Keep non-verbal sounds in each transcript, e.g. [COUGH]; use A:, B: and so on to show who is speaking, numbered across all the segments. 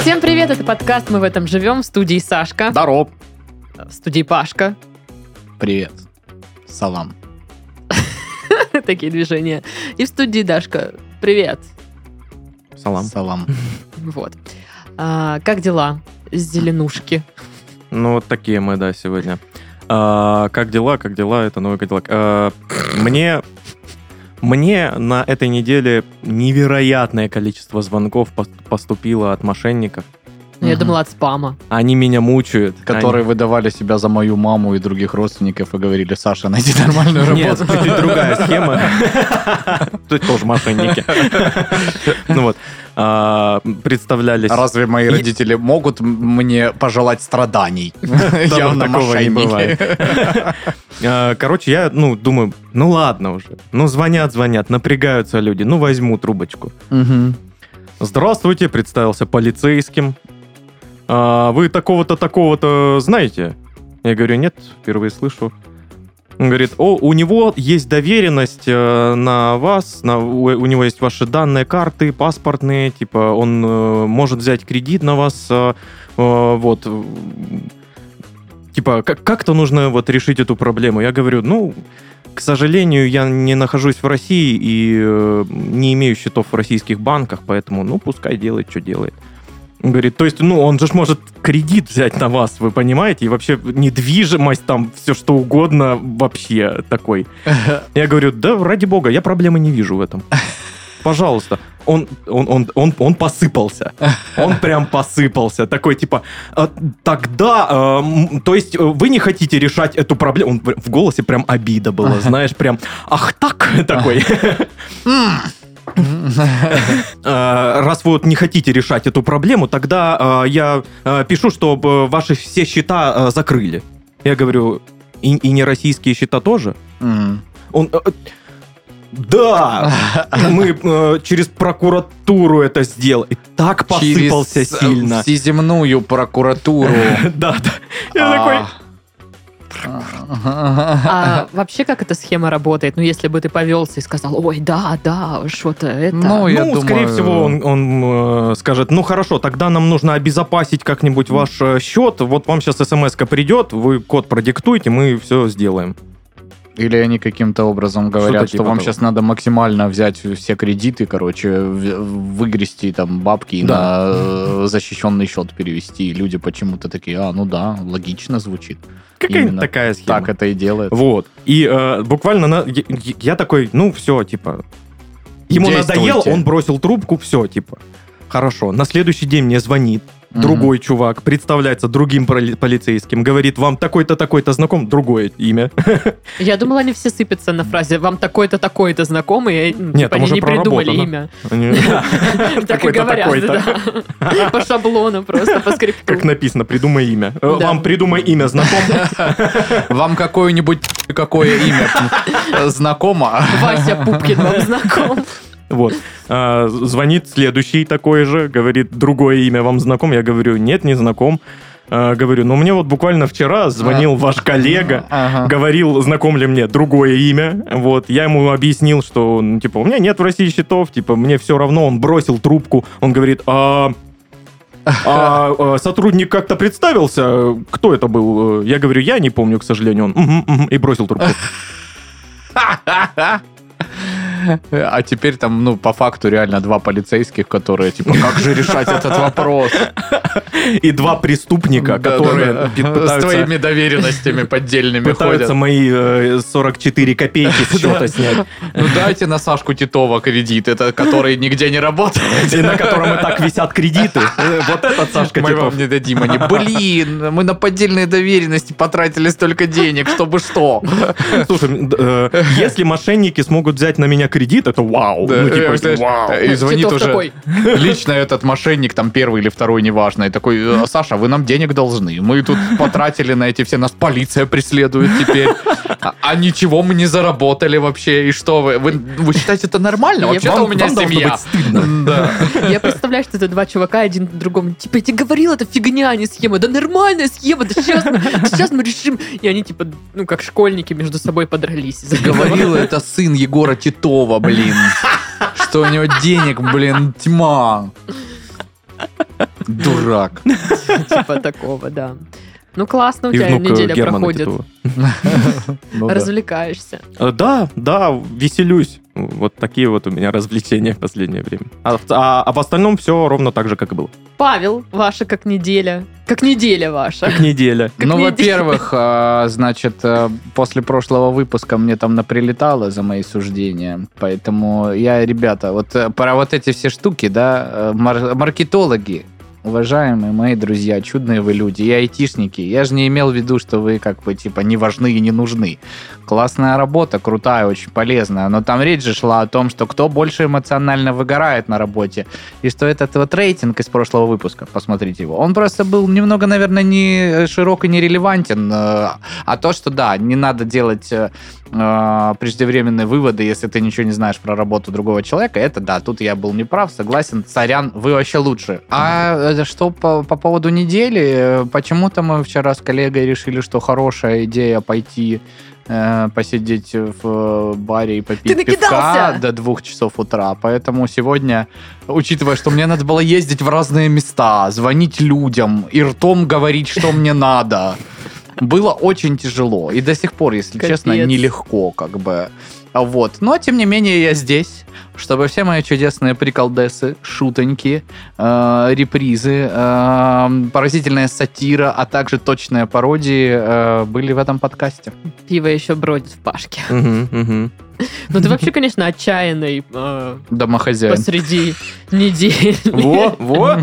A: Всем привет, это подкаст «Мы в этом живем» в студии Сашка,
B: Здорово.
A: в студии Пашка, [LAUGHS]
B: Привет. Салам.
A: такие движения, и в студии Дашка. Привет.
C: Салам.
B: Салам.
A: Вот. А, как дела? Зеленушки.
C: Ну, вот такие мы, да, сегодня. А, как дела, как дела, это новый Кадиллак. А, мне, мне на этой неделе невероятное количество звонков пос- поступило от мошенников.
A: Ну, Я
B: Мгм.
A: думала от
C: [LAUGHS]
A: спама.
C: Они меня мучают.
B: Которые выдавали себя за мою маму и других родственников и говорили, Саша, найди нормальную
C: Они... [LAUGHS] Нет,
B: работу.
C: [LAUGHS] это другая схема. Тут тоже мошенники. Ну вот. А,
B: [LAUGHS]
C: Представлялись.
B: Разве мои
C: И-
B: родители могут м- мне пожелать страданий?
C: [LAUGHS] Там
B: Явно
C: такого не
B: мошенники.
C: бывает. Э, Короче, я, ну, думаю, ну ладно уже. Ну, звонят, звонят, напрягаются люди. Ну, возьму трубочку.
B: [LAUGHS] Мгм.
C: Здравствуйте, представился полицейским. «А, вы такого-то, такого-то знаете? Я говорю, нет, впервые слышу. Он говорит, о, у него есть доверенность э, на вас, на, у, у него есть ваши данные, карты, паспортные, типа он э, может взять кредит на вас, э, э, вот. э, Типа, как- как-то нужно вот решить эту проблему. Я говорю, ну, к сожалению, я не нахожусь в России и э, не имею счетов в российских банках, поэтому, ну, пускай делает, что делает. Он говорит, то есть, ну, он же ж может кредит взять на вас, вы понимаете? И вообще недвижимость там, все что угодно вообще такой. Я говорю, да ради бога, я проблемы не вижу в этом. Пожалуйста. Он, он, он, он, он посыпался. Он прям посыпался. Такой типа, «А, тогда, э, м, то есть э, вы не хотите решать эту проблему. Он пр- в голосе прям обида была, знаешь, прям, ах так, [LAUGHS] такой. Э, раз вы вот не хотите решать эту проблему, тогда э, я э, пишу, чтобы ваши все счета э, закрыли. Я говорю, и, и не российские счета тоже?
B: М.
C: Он... э, э,
B: [LAUGHS]
C: Да! Мы э, через прокуратуру это сделали. И Так [LAUGHS] посыпался
B: Через, э,
C: сильно.
B: Всеземную прокуратуру.
C: [LAUGHS] Да, да. [LAUGHS]
B: А,
C: Я такой... [LAUGHS]
B: [LAUGHS] такой...
A: А вообще, как эта схема работает? Ну, если бы ты повелся и сказал, ой, да, да, что-то это.
B: Ну, я
C: ну, скорее
B: думаю-
C: всего, он, он, э, скажет, ну хорошо, тогда нам нужно обезопасить как-нибудь ваш э, счет, вот вам сейчас смс-ка придет, вы код продиктуете, мы все сделаем.
B: Или они каким-то образом говорят, что,
C: типа
B: вам
C: того.
B: сейчас надо максимально взять все кредиты, короче, в- выгрести там бабки и
C: Да.
B: на э, защищенный счет перевести. И люди почему-то такие, а, ну да, логично звучит.
C: Какая-нибудь
B: Именно.
C: такая схема.
B: Так это и делает.
C: Вот. И э, буквально на- я, я такой, ну все, типа. Ему
B: Действуйте.
C: надоело, он бросил трубку, все, типа. Хорошо. На следующий день мне звонит другой чувак, представляется другим проли- полицейским, говорит, вам такой-то, такой-то знаком, другое имя.
A: Я думала, они все сыпятся на фразе «Вам такой-то, такой-то знакомый». Нет,
C: Нет, там
A: они
C: уже
A: не придумали
C: проработано.
A: имя. [LAUGHS]
C: Они-
A: Так и
C: Такой-то,
A: говорят,
C: такой-то. [LAUGHS]
A: да. По шаблону просто, по скрипту.
C: Как написано, придумай имя. Э,
A: Да.
C: Вам придумай имя знаком.
B: [LAUGHS] Вам какое-нибудь какое имя [LAUGHS] знакомо?
A: Вася Пупкин
C: [LAUGHS]
A: вам знаком.
C: Вот. А, Звонит следующий такой же, говорит, другое имя вам знаком? Я говорю, нет, не знаком. А, Говорю, ну мне вот буквально вчера звонил
B: [LAUGHS]
C: ваш коллега,
B: Ага.
C: говорил, знаком ли мне другое имя. Вот, я ему объяснил, что, ну, типа, у меня нет в России счетов, типа, мне все равно, он бросил трубку, он говорит, а... а, а, сотрудник как-то представился, кто это был? Я говорю, я не помню, к сожалению. Он «Мгм, мгм», и бросил трубку.
B: А теперь там, ну, по факту реально два полицейских, которые, типа, как же решать этот вопрос?
C: И два преступника,
B: Да-да-да.
C: которые пи-
B: С
C: пытаются
B: твоими доверенностями поддельными ходят.
C: пытаются мои э, 44 копейки
B: [LAUGHS]
C: с счета снять,
B: Ну дайте на Сашку Титова кредит, это который нигде не работает.
C: и на котором и так висят кредиты. Э, Вот этот
B: [LAUGHS]
C: Сашка
B: Мы
C: Титов.
B: вам не дадим. Они, блин, мы на поддельные доверенности потратили столько денег, чтобы что.
C: [LAUGHS] Слушай, м, д-
B: [LAUGHS]
C: э, если мошенники смогут взять на меня кредит, это вау.
B: Да,
C: Ну, типа,
B: э, знаешь,
C: вау.
B: э, И звонит
A: Титов
B: уже
A: такой.
B: лично этот мошенник, там первый или второй, неважно, и такой, «Э, Саша, вы нам денег должны, мы тут потратили на эти все, нас полиция преследует теперь. А, а ничего мы не заработали вообще. И что вы? Вы, вы считаете это нормально?
A: Я-
B: А Вообще-то
A: Вам-
B: у меня
A: вам должно
B: семья. Да.
A: Я представляю, что это два чувака, один другому, типа, я тебе говорил, это фигня, а не схема. Да нормальная схема, да сейчас мы, сейчас мы решим. И они, типа, ну, как школьники между собой подрались. из-за этого.
C: [LAUGHS]
B: Говорил это сын Егора Титова, блин. Что у него денег, блин, тьма. Дурак.
A: Типа такого, да. Ну, классно у
C: И
A: тебя
C: внук э,
A: неделя
C: Германа
A: проходит.
C: Титова.
B: Ну да.
A: Развлекаешься.
C: Э, Да, да, веселюсь. Вот такие вот у меня развлечения в последнее время. А, в- а- а в остальном все ровно так же, как и было.
A: Павел, ваша как неделя. Как неделя ваша.
C: Как неделя.
A: Как
B: ну,
A: мне
B: во-первых, а, значит, а, после прошлого выпуска мне там наприлетало за мои суждения. Поэтому я, ребята, вот э, про вот эти все штуки, да, э, мар- маркетологи, уважаемые мои друзья, чудные вы люди, и айтишники. Я же не имел в виду, что вы как бы типа не важны и не нужны. Классная работа, крутая, очень полезная. Но там речь же шла о том, что кто больше эмоционально выгорает на работе. И что этот вот рейтинг из прошлого выпуска, посмотрите его, он просто был немного, наверное, не э, широк и не релевантен. э, А то, что да, не надо делать э, э, преждевременные выводы, если ты ничего не знаешь про работу другого человека, это да, тут я был неправ, согласен, сорян, вы вообще лучше. А э, что по, по поводу недели, э, почему-то мы вчера с коллегой решили, что хорошая идея пойти э, посидеть в э, баре и попить
A: Ты накидался!
B: пивка до двух часов утра, поэтому сегодня Учитывая, что мне надо было ездить в разные места, звонить людям и ртом говорить, что мне надо. Было очень тяжело. И до сих пор, если
A: Капец.
B: честно, нелегко, как бы. А Вот. Но, тем не менее, я здесь, чтобы все мои чудесные приколдесы, шутоньки, э, репризы, э, поразительная сатира, а также точные пародии э, были в этом подкасте.
A: Пиво еще бродит в Пашке.
C: Мгм, мгм.
A: Ну, ты вообще, конечно, отчаянный э,
B: Домохозяин.
A: посреди недели.
C: Во,
B: [LAUGHS]
C: во,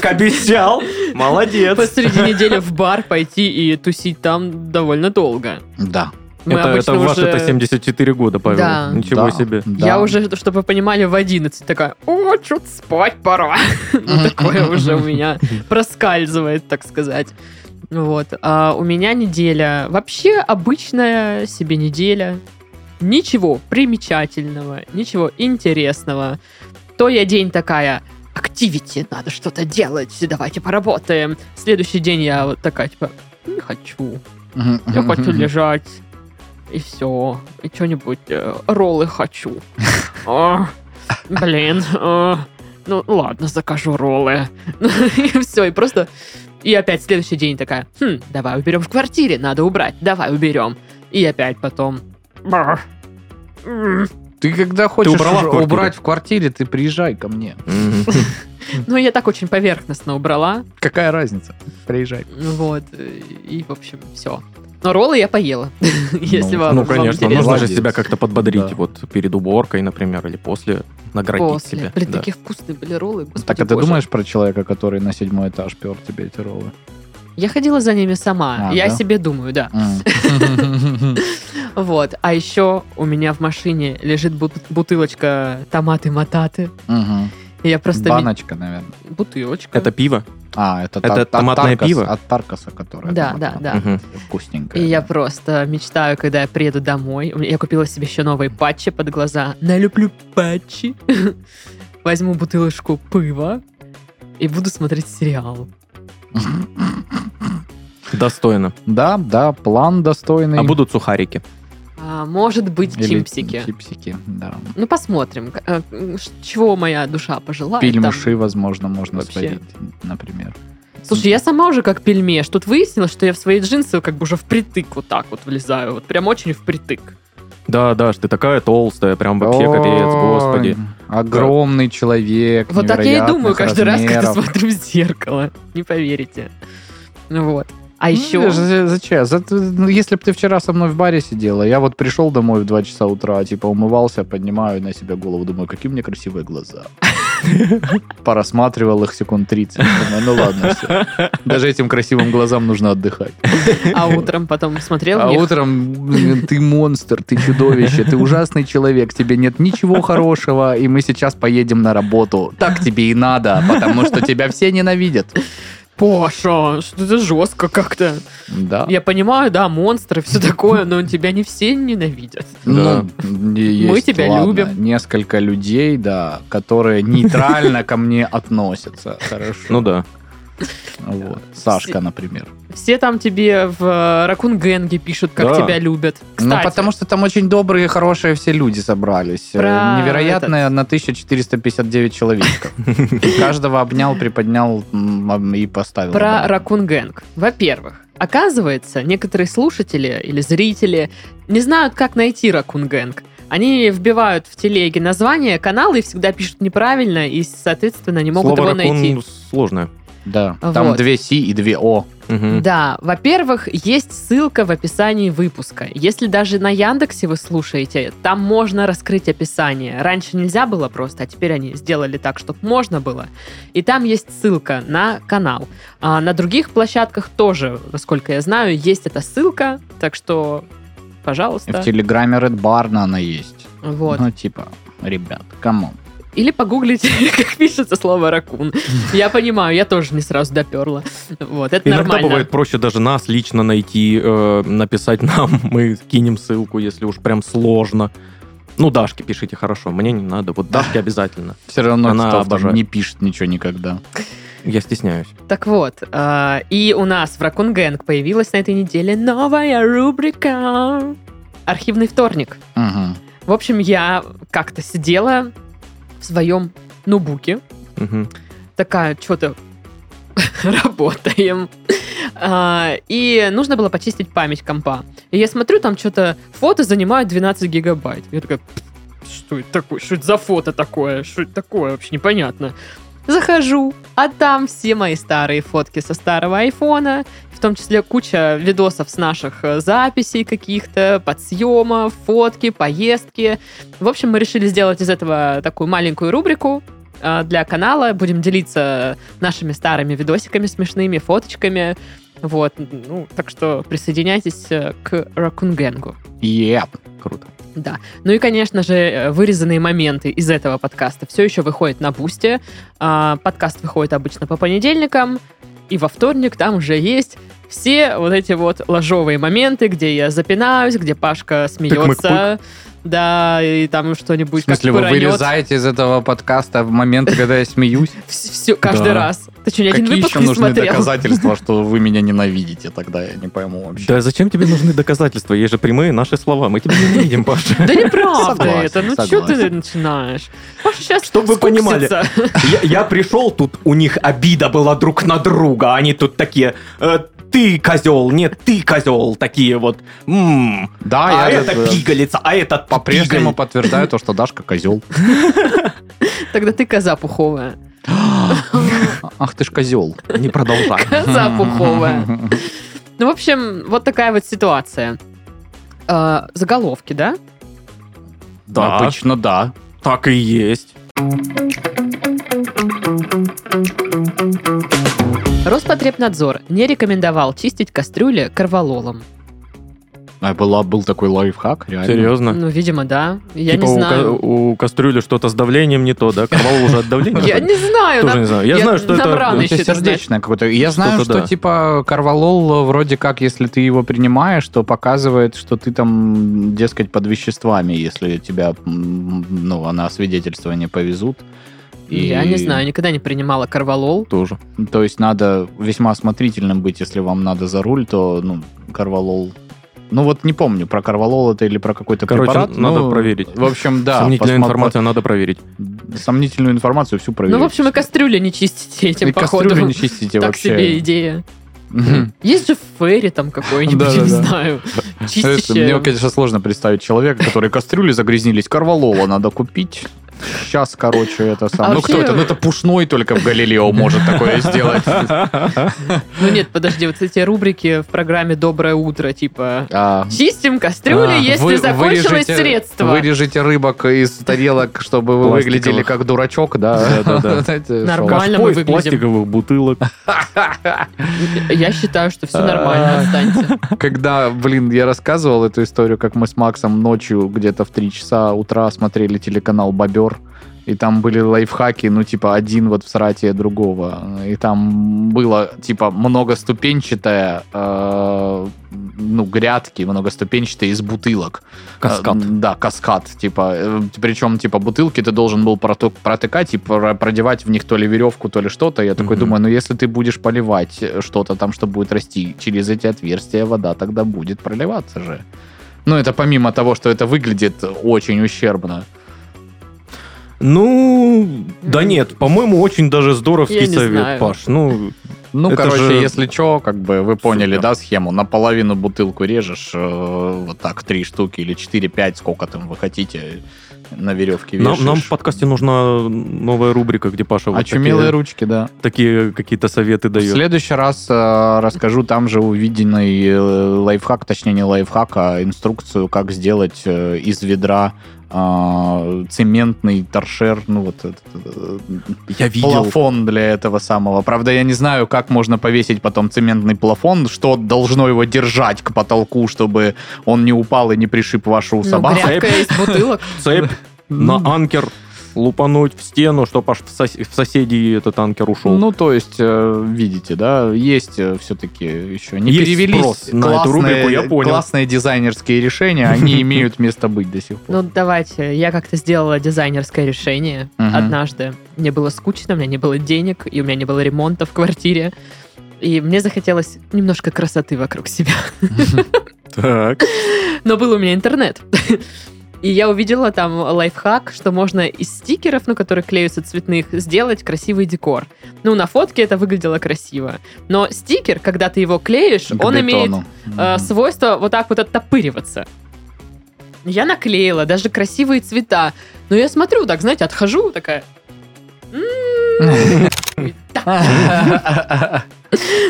C: как обещал. Молодец.
A: Посреди недели в бар пойти и тусить там довольно долго.
B: Да.
A: Мы
C: это это
A: обычно
C: ваш
A: уже-
C: это 74 года, Павел.
A: Да.
C: Ничего
B: Да,
C: себе.
B: да.
A: Я уже, чтобы вы понимали, в 11 такая, о, чё-то спать пора. [LAUGHS] Ну, такое уже у меня проскальзывает, так сказать. Вот. А у меня неделя вообще обычная себе неделя. Ничего примечательного, ничего интересного. То я день такая, активити, надо что-то делать, давайте поработаем. Следующий день я вот такая, типа, не хочу, я хочу лежать. И все. И что-нибудь. э, роллы
C: [LAUGHS]
A: хочу. А, Блин. а, Ну ладно, закажу роллы. [LAUGHS] И все. И просто... И опять следующий день такая. Хм, давай уберем в квартире. Надо убрать. Давай уберем. И опять потом... Ну, «Бррр, м».
B: Ты когда хочешь
C: убрала в квартире?
B: убрать в квартире, ты приезжай ко мне.
C: Мгм.
A: Ну, я так очень поверхностно убрала.
B: Какая разница? Приезжай.
A: Вот. И, в общем, все. Но роллы я поела. [LAUGHS] Если
B: Ну,
A: вам
C: Ну,
A: вам
C: конечно,
A: интересно.
C: нужно же
B: Молодец.
C: себя как-то подбодрить.
B: Да.
C: Вот перед уборкой, например, или после наградить
A: После.
C: себя.
A: Блин,
C: Да.
A: такие вкусные были роллы. господи
B: Так, а ты
A: боже.
B: думаешь про человека, который на седьмой этаж пер тебе эти роллы?
A: Я ходила за ними сама.
B: А,
A: я
B: да?
A: себе думаю, да. [LAUGHS]
B: М.
A: Вот. А еще у меня в машине лежит бут- бутылочка томаты-мататы.
B: Мгм.
A: И я просто... ми-
B: Баночка, наверное.
A: Бутылочка.
C: Это пиво?
B: А, это,
C: Это
B: та- та-
C: томатное
B: таркас-
C: пиво?
B: От Таркаса, которое.
A: Да,
B: там,
A: да,
B: там,
A: да.
C: Мгм.
B: Вкусненькое.
A: И я просто мечтаю, когда я приеду домой. У меня- Я купила себе еще новые патчи под глаза. Налюблю патчи. [LAUGHS] Возьму бутылочку пыва и буду смотреть сериал.
C: Достойно.
B: Да, да, план
A: Ну
B: достойный.
C: А будут сухарики?
A: А, может быть,
B: Или
A: чипсики.
B: Чипсики, да.
A: Ну, посмотрим, к- э, м, ш- чего моя душа пожелает. там.
B: Пельмеши, возможно, можно
A: Вообще.
B: сварить, например.
A: Слушай, я сама уже как пельмеш. Тут выяснилось, что я в свои джинсы как бы уже впритык вот так вот влезаю. Вот прям очень впритык.
C: Да, Даш, ты такая толстая, прям вообще капец, господи.
B: Ой, Огромный человек.
A: Вот так я и думаю
B: невероятных
A: каждый раз, когда
B: размеров.
A: смотрю в зеркало. Не поверите. Ну Вот. А
B: Ну,
A: еще...
B: видишь, за- Зачем? За- ну, Если бы ты вчера со мной в баре сидела, я вот пришел домой в 2 часа утра, типа умывался, поднимаю на себя голову, думаю, какие у меня
A: [LAUGHS]
B: красивые глаза. Порассматривал их секунд 30. думаю, ну ладно, все. Даже этим красивым глазам нужно отдыхать.
A: А утром потом смотрел
B: А
A: в них.
B: утром м, ты монстр, ты чудовище, ты ужасный человек, тебе нет ничего хорошего, и мы сейчас поедем на работу. Так тебе и надо, потому что тебя все ненавидят.
A: Паша, что это жестко как-то.
B: Да.
A: Я понимаю, да, монстры, все такое, но тебя не все ненавидят.
B: Ну, есть,
A: Мы тебя
B: ладно,
A: любим.
B: Несколько людей, да, которые нейтрально ко мне относятся. Хорошо.
C: Ну да.
B: Вот. Сашка, например.
A: Все там тебе в Ракун Генге пишут, как
C: Да.
A: тебя любят. Кстати,
B: Ну, потому что там очень добрые, хорошие все люди собрались. Э,
A: Про
B: Невероятное на 1459 человечков. Каждого обнял, приподнял м, об- и поставил.
A: Про
B: обратно.
A: Ракун Гэнг. Во-первых, оказывается, некоторые слушатели или зрители не знают, как найти Ракун Гэнг. Они вбивают в телеге название канала и всегда пишут неправильно, и, соответственно, не могут
C: Слово
A: его
C: «ракун»
A: найти.
C: сложное.
B: Да. Там
A: Вот.
B: две Си и две О.
C: Мгм.
A: Да, во-первых, есть ссылка в описании выпуска. Если даже на Яндексе вы слушаете, там можно раскрыть описание. Раньше нельзя было просто, а теперь они сделали так, чтобы можно было. И там есть ссылка на канал. А на других площадках тоже, насколько я знаю, есть эта ссылка, так что,
B: И В
A: пожалуйста.
B: Телеграме Red Barn она есть.
A: Вот.
B: Ну, типа, ребят, камон.
A: Или погуглите, [LAUGHS] как пишется слово ракун. Я понимаю, я тоже не сразу доперла. Вот, это
C: Иногда
A: нормально.
C: бывает проще даже нас лично найти, э, написать нам, [LAUGHS] мы кинем ссылку, если уж прям сложно. Ну, Дашке пишите, хорошо, мне не надо, вот Дашке обязательно.
B: Все равно
C: Она
B: Кстоф там
C: обожает.
B: не пишет ничего никогда.
C: Я стесняюсь.
A: Так вот, э, и у нас в Ракун Гэнг появилась на этой неделе новая рубрика «Архивный вторник».
B: Мгм.
A: В общем, я как-то сидела в своем нубуке,
C: Мгм.
A: такая, что-то [LAUGHS] работаем. А, И нужно было почистить память компа. И я смотрю, там что-то фото занимает 12 гигабайт. Я такая, «Пф, что это такое? Что это за фото такое? Что это такое? Вообще непонятно. Захожу, а там все мои старые фотки со старого айфона, в том числе куча видосов с наших э, записей каких-то, подсъемов, фотки, поездки. В общем, мы решили сделать из этого такую маленькую рубрику э, для канала. Будем делиться нашими старыми видосиками смешными, фоточками. Вот, ну, так что присоединяйтесь э, к Ракунгенгу.
B: Еп.
C: Круто.
A: Да. Ну и, конечно же, э, вырезанные моменты из этого подкаста все еще выходят на бусте. А, Подкаст выходит обычно по понедельникам, и во вторник там уже есть все вот эти вот ложовые моменты, где я запинаюсь, где Пашка смеется. Да, и там
B: В
A: что-нибудь как
B: смысле, вы
A: пыранет.
B: вырезаете из этого подкаста в момент, когда я смеюсь?
A: Вс- всё- каждый
C: Да.
A: раз. Ты ни один
B: Какие
A: выпуск
B: еще
A: не
B: нужны
A: смотрел?
B: доказательства, что вы меня ненавидите тогда? Я не пойму вообще.
C: Да зачем тебе нужны доказательства? Есть же прямые наши слова. Мы тебя не [LAUGHS] видим, Паша.
A: Да [LAUGHS] неправда
B: Согласен,
A: это. Ну что ты
B: согласен.
A: начинаешь? Паша сейчас
C: Чтобы вы понимали. Я, я пришел, тут у них обида была друг на друга. Они тут такие, «Э, ты козел, нет, ты козел, такие вот. «М,
B: Да,
C: А,
B: я
C: это
B: э,
C: пигалица, а этот
B: по-прежнему
C: по-прежнему.
B: подтверждаю то, что Дашка козел.
A: [LAUGHS] Тогда ты коза пуховая.
B: Ах ты ж козел.
C: Не продолжай.
A: Коза пуховая. Ну, в общем, вот такая вот ситуация. Э, заголовки, да?
B: Да,
C: Да.
B: обычно [LAUGHS] да.
C: [LAUGHS] Так и есть.
A: Роспотребнадзор не рекомендовал чистить кастрюли корвалолом.
B: А была, был такой лайфхак, реально.
C: Серьезно?
A: Ну, видимо, да. Я
C: типа
A: не
C: у ка-
A: знаю.
C: у, кастрюли что-то с давлением не то, да? Ковал уже от давления?
A: Я не знаю.
C: Тоже
A: на-
C: не знаю. Я
A: я
C: знаю, что это...
A: набрала
B: Ну,
A: Странно
B: это
A: еще это
B: сердечное какое-то. Я знаю,
C: Что-то
B: что
C: да.
B: типа карвалол э, вроде как, если ты его принимаешь, то показывает, что ты там, дескать, под веществами, если тебя, м, ну, на свидетельствование повезут. И-
A: Я не знаю, никогда не принимала корвалол.
C: Тоже.
B: То есть надо весьма осмотрительным быть, если вам надо за руль, то, ну, карвалол... Ну вот не помню, про карвалол это или про какой-то
C: Короче,
B: препарат.
C: надо
B: ну,
C: проверить.
B: В общем, да.
C: Сомнительная
B: посмо-
C: информация надо проверить.
B: Сомнительную информацию всю проверить.
A: Ну, в общем, и кастрюли не чистите этим,
B: И
A: походу.
B: кастрюлю не
A: [LAUGHS]
B: чистите
A: Так
B: вообще.
A: себе идея.
B: [LAUGHS] Мгм.
A: Есть же ферри там какой-нибудь, я не
B: Да-да-да.
A: знаю.
B: Это, Мне,
A: Чистящее.
B: конечно, сложно представить человека, который кастрюли загрязнились. Корвалола надо купить. Сейчас, короче, это самое.
A: А
B: ну, кто
A: вообще-
B: это? Ну, это Пушной только в Галилео может такое сделать.
A: Ну нет, подожди, вот эти рубрики в программе «Доброе утро», типа
B: А,
A: Чистим кастрюли,
C: А,
A: если
B: вы-
A: закончилось
B: вырежете-
A: средство.
B: Вырежете рыбок из тарелок, чтобы вы
C: Пластиковых.
B: выглядели как дурачок, да? [LAUGHS]
C: Да-да-да.
B: Вот эти
A: Нормально.
B: шоу.
A: Нормально мы
C: Кашпо из
A: выглядим.
C: пластиковых бутылок.
A: Я считаю, что все
B: А,
A: нормально, отстаньте.
B: Когда, блин, я рассказывал эту историю, как мы с Максом ночью где-то в 3 часа утра смотрели телеканал «Бобер», И там были лайфхаки, ну, типа, один вот в срате другого. И там было, типа, многоступенчатое, э, ну, грядки многоступенчатые из бутылок.
C: Каскад.
B: Э, Да, каскад, типа. э, Причем, типа, бутылки ты должен был проту- протыкать и про- продевать в них то ли веревку, то ли что-то. Я такой
C: Мгм.
B: думаю, ну, если ты будешь поливать э, что-то там, что будет расти через эти отверстия, вода тогда будет проливаться же. Ну, это помимо того, что это выглядит очень ущербно.
C: Ну, да нет, по-моему, очень даже здоровский
A: Я не
C: совет,
A: знаю.
C: Паш. Ну,
B: Ну,
C: Это
B: короче,
C: же-
B: если что, как бы вы поняли,
C: Супер.
B: да, схему. Наполовину бутылку режешь, э, вот так, три штуки или четыре, пять, сколько там вы хотите, на веревке вешаешь.
C: нам, нам в подкасте нужна новая рубрика, где Паша вот
B: Очумелые
C: такие,
B: ручки, да.
C: такие какие-то советы
B: В
C: дает.
B: следующий раз э, расскажу там же увиденный э, лайфхак, точнее не лайфхак, а инструкцию, как сделать э, из ведра э, цементный торшер, ну вот этот, э,
C: Я видел.
B: плафон для этого самого. Правда, я не знаю, как можно повесить потом цементный плафон, что должно его держать к потолку, чтобы он не упал и не пришиб вашу
A: Ну,
B: собаку.
A: грядка из бутылок.
C: Цепь [LAUGHS] на анкер лупануть в стену, чтобы аж в, сос- в соседей этот анкер ушел.
B: Ну, то есть, э, видите, да, есть все-таки еще не
C: Есть
B: перевелись
C: спрос на эту рубрику, я понял.
B: классные дизайнерские решения, они имеют место быть до сих пор.
A: Ну, давайте. Я как-то сделала дизайнерское решение
B: Мгм.
A: однажды. Мне было скучно, у меня не было денег, и у меня не было ремонта в квартире. И мне захотелось немножко красоты вокруг себя.
C: Так.
A: Но был у меня интернет. [LAUGHS] И я увидела там лайфхак, что можно из стикеров, ну, которые клеются цветных, сделать красивый декор. Ну, на фотке это выглядело красиво. Но стикер, когда ты его клеишь,
B: К
A: он
B: бетону.
A: имеет
B: Мгм.
A: э,
B: [LAUGHS]
A: свойство вот так вот оттопыриваться. Я наклеила даже красивые цвета. Но я смотрю, так, знаете, отхожу, такая... [LAUGHS] «М, да».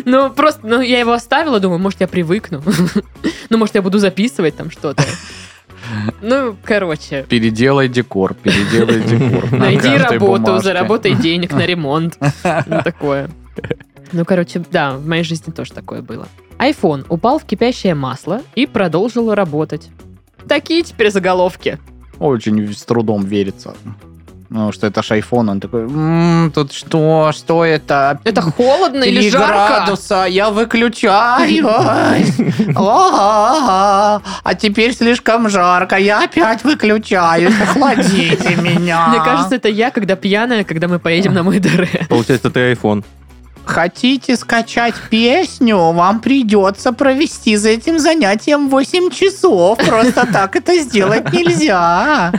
A: Ну, просто, ну, я его оставила, думаю, может, я привыкну. [LAUGHS] Ну, может, я буду записывать там
B: [LAUGHS]
A: что-то. Ну, короче,
B: Переделай декор, переделай декор. на
A: найди
B: каждой
A: работу,
B: бумажке.
A: заработай денег на
B: [LAUGHS]
A: ремонт. Ну, такое. Ну, короче, да, в моей жизни тоже такое было. Айфон упал в кипящее масло и продолжил работать. Такие теперь заголовки.
B: Очень с трудом верится. Ну, что это ж айфон, он такой, «М, тут что, что это?
A: Это холодно или
B: Три
A: жарко?
B: градуса, я выключаю. Ага, А теперь слишком жарко, я опять выключаю. Охладите меня.
A: Мне кажется, это я, когда пьяная, когда мы поедем на мой ДР.
C: Получается, ты iPhone.
B: Хотите скачать песню? Вам придется провести за этим занятием 8 часов. Просто так это сделать нельзя.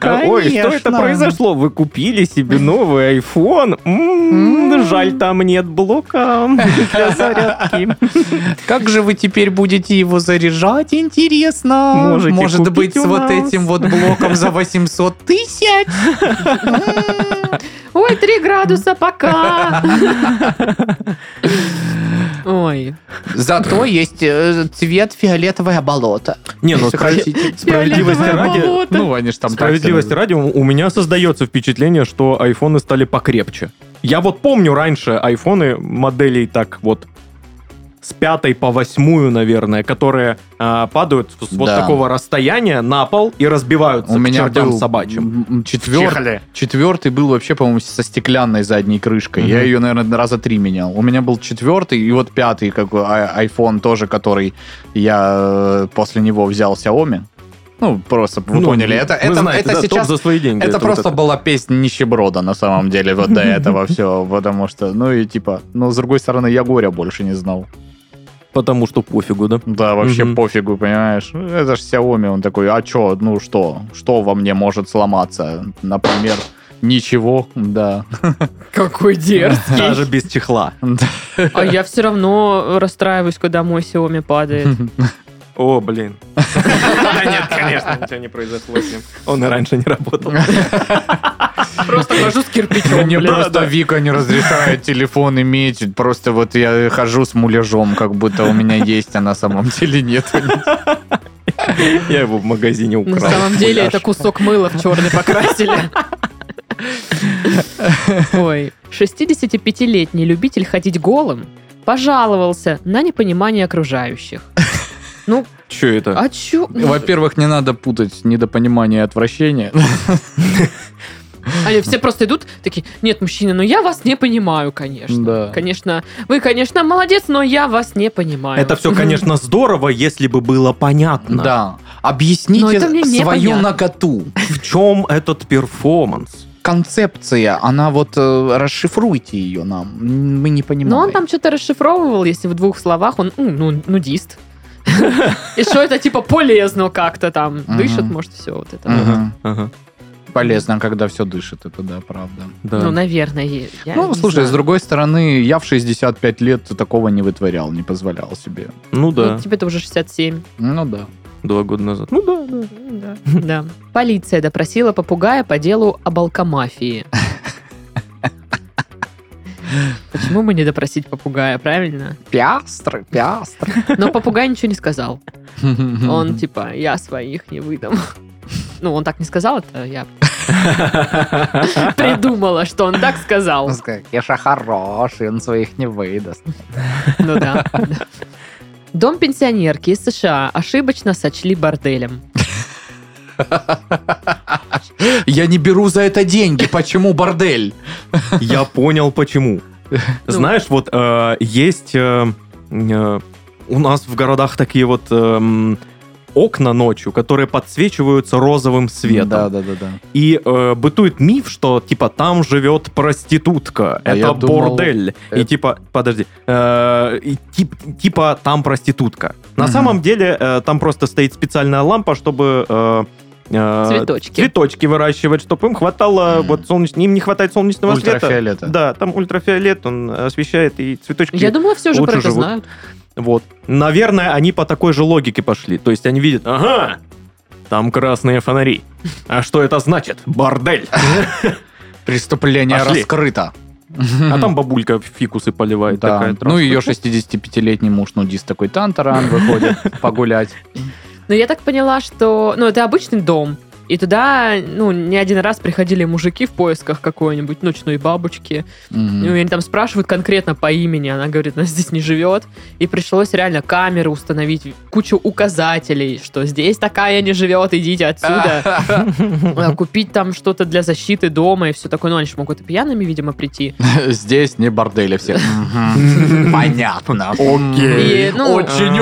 C: А, Ой, что это
B: Конечно.
C: произошло? Вы купили себе новый iPhone? М, Жаль, там нет [LAUGHS] блока для зарядки.
B: Как же вы теперь будете его заряжать, интересно?
C: Можете
B: Может
C: купить
B: быть, с
C: у
B: вот
C: нас.
B: этим вот блоком за 800 тысяч?
A: Ой, три градуса, пока! Ой,
B: Зато есть э, цвет фиолетовое болото.
C: Не, ну
B: Сократите.
C: справ- справедливости
A: Фиолетовое
C: ради...
A: болото.
B: Ну, они же там так
C: Справедливости
B: себе-
C: ради, у меня создается впечатление, что айфоны стали покрепче. Я вот помню раньше айфоны моделей так вот с пятой по восьмую, наверное, которые а, падают с вот
B: Да.
C: такого расстояния на пол и разбиваются
B: У
C: к
B: меня
C: чертям
B: был
C: собачьим.
B: м, м, четвер- четвертый был вообще, по-моему, со стеклянной задней крышкой. Я
C: Мгм.
B: ее, наверное, раза три менял. У меня был четвертый и вот пятый как бы, ай- iPhone тоже, который я э, после него взял Xiaomi. Ну, просто вы
C: Ну,
B: поняли. Это,
C: вы
B: это,
C: знаете,
B: это
C: да, топ
B: сейчас
C: за свои деньги.
B: Это,
C: вот
B: просто была песня нищеброда, на самом деле, [LAUGHS] вот до этого все, потому что, ну и типа, ну, с другой стороны, я горя больше не знал.
C: Потому что
B: [LAUGHS]
C: пофигу, да?
B: Да, вообще
C: Мгм.
B: пофигу, понимаешь? Это ж Xiaomi, он такой, а чё, ну что, что во мне может сломаться? Например, ничего, [LAUGHS] да.
A: какой дерзкий.
C: Даже без чехла.
A: А я все равно расстраиваюсь, когда мой Xiaomi
B: [LAUGHS]
A: падает.
C: О, блин. Да нет, конечно, ничего не произошло с ним. Он и раньше не работал.
B: [LAUGHS]
A: Просто хожу с кирпичом.
B: Ну, Мне
A: блин.
B: просто Вика не [LAUGHS] разрешает телефон иметь, просто вот я хожу с муляжом, как будто у меня есть, а на самом деле
D: [LAUGHS]
B: нет.
C: Я его в магазине
A: На
C: украл.
A: Ну, самом деле это кусок мыла в черный покрасили. Ой. 65-летний любитель ходить голым пожаловался на непонимание окружающих. Ну,
C: Че это?
A: а чё?
B: Во-первых, не надо путать недопонимание и отвращение.
A: Они все просто идут, такие, нет, мужчина, ну я вас не понимаю, конечно.
D: Да.
A: Конечно, вы, конечно, молодец, но я вас не понимаю.
C: Это все, конечно, здорово, если бы было понятно.
D: Да.
B: Ну,
A: Но
D: Объясните
A: это мне
D: свою
A: непонятно.
D: наготу.
C: В чем этот перформанс?
D: Концепция, она вот э, расшифруйте ее нам. М, Мы не понимаем.
A: Но он там что-то расшифровывал, если в двух словах, он м, ну, нудист. [LAUGHS] И что это типа полезно как-то там.
D: Мгм.
A: Дышит, может, все вот это.
D: Мгм. Ага.
C: Ага,
D: полезно, когда все дышит, это да, правда.
C: да.
A: Ну, наверное. я
D: ну,
A: не
D: слушай,
A: знаю.
D: с другой стороны, я в 65 лет такого не вытворял, не позволял себе.
C: Ну
A: Ну,
C: да,
A: Тебе-то уже 67.
D: Ну да.
C: два года назад. Ну да, да.
A: Да. да. Полиция допросила попугая по делу об алкомафии. Почему мы не допросить попугая, правильно?
D: Пиастры, пиастры.
A: Но попугай ничего не сказал. Он типа, я своих не выдам. Ну, он так не сказал, это я придумала, что он так сказал.
B: Ну,
D: Он сказал, Кеша хороший, он своих не выдаст.
A: Ну да. да. Дом пенсионерки из США ошибочно сочли борделем.
D: [LAUGHS] Я не беру за это деньги, почему
C: [LAUGHS]
D: бордель?
C: Я понял,
A: [LAUGHS]
C: почему. Знаешь, вот э, есть э, э, у нас в городах такие вот эм, окна ночью, которые подсвечиваются розовым светом.
D: Да, да, да, да.
C: И э, бытует миф, что типа там живет проститутка,
D: А я
C: это
D: думал,
C: бордель.
D: э-
C: И типа, подожди, э, и тип- типа там проститутка. На
D: Мгм.
C: самом деле э, там просто стоит специальная лампа, чтобы э, э,
A: Цветочки.
C: цветочки выращивать, чтобы им хватало
D: Мгм.
C: вот солнеч... им не хватает солнечного света.
D: Ультрафиолета.
C: Да, там ультрафиолет, он освещает и цветочки.
A: Я думала, все уже
C: Лучше
A: про это
C: живут.
A: знают.
C: Вот. Наверное, они по такой же логике пошли. То есть они видят, ага, там красные фонари. А что это значит? Бордель.
D: Преступление
C: Пошли.
D: раскрыто.
C: А
D: [LAUGHS]
C: там бабулька фикусы поливает.
D: Да.
C: такая,
D: Ну, ее 65-летний муж нудист такой тантаран выходит
C: [LAUGHS]
D: погулять.
A: Но я так поняла, что... Ну, это обычный дом. И туда, ну, не один раз приходили мужики в поисках какой-нибудь ночной бабочки. Ну, и
D: Мгм.
A: они там спрашивают конкретно по имени. Она говорит, она здесь не живет. И пришлось реально камеры установить, кучу указателей, что здесь такая не живет, идите отсюда. Э, купить там что-то для защиты дома и все такое. Ну, они же могут и пьяными, видимо, прийти.
D: Здесь не бордели все. Мгм. Понятно.
A: И, ну,
D: Очень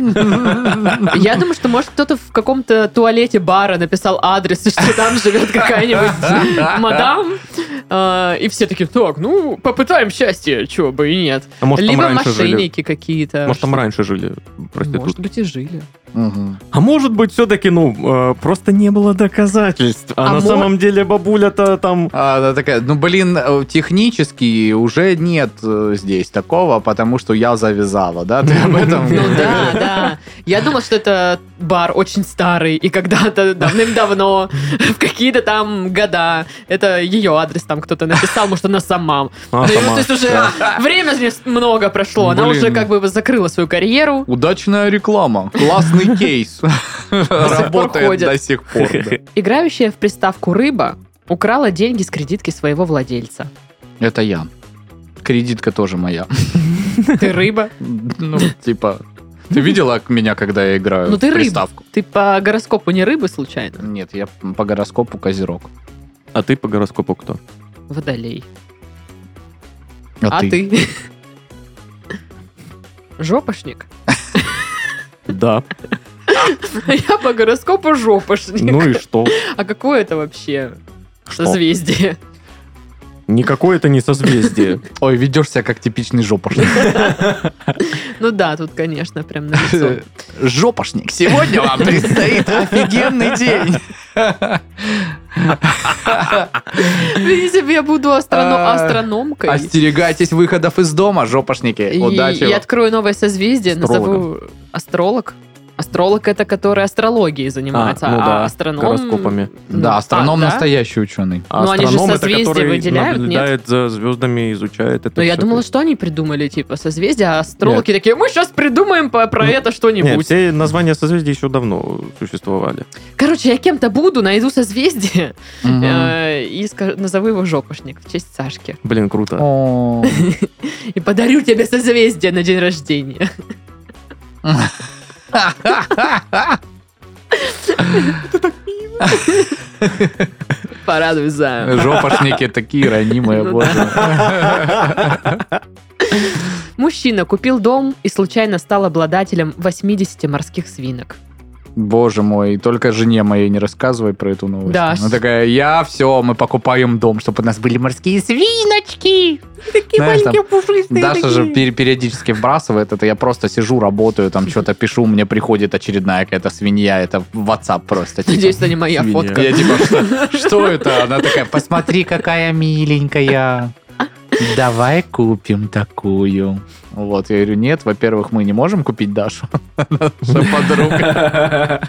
D: умно.
A: Я думаю, что, может, кто-то в каком-то туалете бара написал адрес, [LAUGHS] и что там живет
C: [LAUGHS]
A: какая-нибудь мадам. Э, И все такие, так, ну, попытаем счастье, чего бы и нет.
C: А может,
A: Либо
C: там раньше жили?
A: мошенники какие-то.
C: Может, там раньше жили
A: Может
C: проститутки?
A: быть, и жили.
D: Мгм.
C: А может быть, все-таки, ну, э, просто не было доказательств. А,
A: А мо-
C: на самом деле бабуля-то там...
D: А, она такая, ну блин, э, технически уже нет э, здесь такого, потому что я завязала, да? Ты об этом?
A: Ну да, да. Я думал, что это бар очень старый, и когда-то давным-давно, в какие-то там года, это ее адрес там кто-то написал, может, она сама
C: а,
A: Да, и
C: сама.
A: вот, Ну, то есть уже время здесь много прошло. Она
D: Блин.
A: уже как бы закрыла свою карьеру.
D: Удачная реклама,
A: [LAUGHS]
D: классный кейс. Работает
A: ходят.
D: до сих пор.
A: [LAUGHS]
D: да.
A: Играющая в приставку рыба украла деньги с кредитки своего владельца.
D: Это я. Кредитка тоже моя.
A: Ты рыба?
D: Ну, типа, ты видела меня, когда я играю
A: Ну,
D: в
A: ты рыба.
D: приставку?
A: Ты по гороскопу не рыбы случайно?
D: Нет, я по гороскопу козерог.
C: А ты по гороскопу кто?
A: Водолей. А ты? Жопошник. [LAUGHS]
C: Да.
A: Я по гороскопу жопошник.
C: Ну и что?
A: А какое это вообще
C: Что?
A: созвездие?
C: Никакое это не созвездие.
D: Ой, ведешь себя как типичный жопошник.
A: Ну да, тут, конечно, прям на лицо.
C: [LAUGHS]
D: Жопошник, сегодня вам предстоит [LAUGHS] офигенный день.
A: Если бы я буду астрано-
D: А,
A: астрономкой,
D: Остерегайтесь выходов из дома, жопошники.
A: И
D: Удачи
A: я
D: вам.
A: открою новое созвездие, назову астролог. Астролог это который астрологией [LAUGHS] занимается,
C: А,
A: а,
C: ну да,
A: astronom-
C: гороскопами.
A: Ну,
D: Да,
A: а,
D: астроном
A: да?
D: настоящий ученый.
C: А
A: Ну, они же
C: астроном это
A: созвездия
C: который
A: выделяют, нет?
C: наблюдает за звездами, изучает это.
A: Но Ну, я
C: всё.
A: думала, что они придумали типа созвездие, а астрологи такие, мы сейчас придумаем по- про
C: Ну,
A: это
C: Нет,
A: что-нибудь.
C: все названия созвездий еще давно существовали.
A: Короче, я кем-то буду, найду созвездие
D: Мгм.
A: э, и ска- назову его жопошник в честь Сашки.
C: Блин, круто.
D: О.
A: И подарю тебе созвездие на день рождения. Порадуй за.
D: Жопошники такие ранимые,
A: Ну
D: боже.
A: Мужчина купил дом и случайно стал обладателем 80 морских свинок.
D: Боже мой, только жене моей не рассказывай про эту новость.
A: Да.
D: Она такая, я, все, мы покупаем дом, чтобы у нас были морские [LAUGHS] свиночки.
A: Такие
D: Знаешь, там,
A: пушистые.
D: Даша же пер- периодически вбрасывает это, я просто сижу, работаю, там что-то пишу, мне приходит очередная какая-то свинья, это в WhatsApp просто.
A: [LAUGHS]
D: типа.
A: Надеюсь, это не моя
C: Свинья.
A: фотка.
D: Я типа, что, что это? Она такая, посмотри, какая миленькая. Давай купим такую. Вот, я говорю, нет, во-первых, мы не можем купить Дашу. Она наша подруга.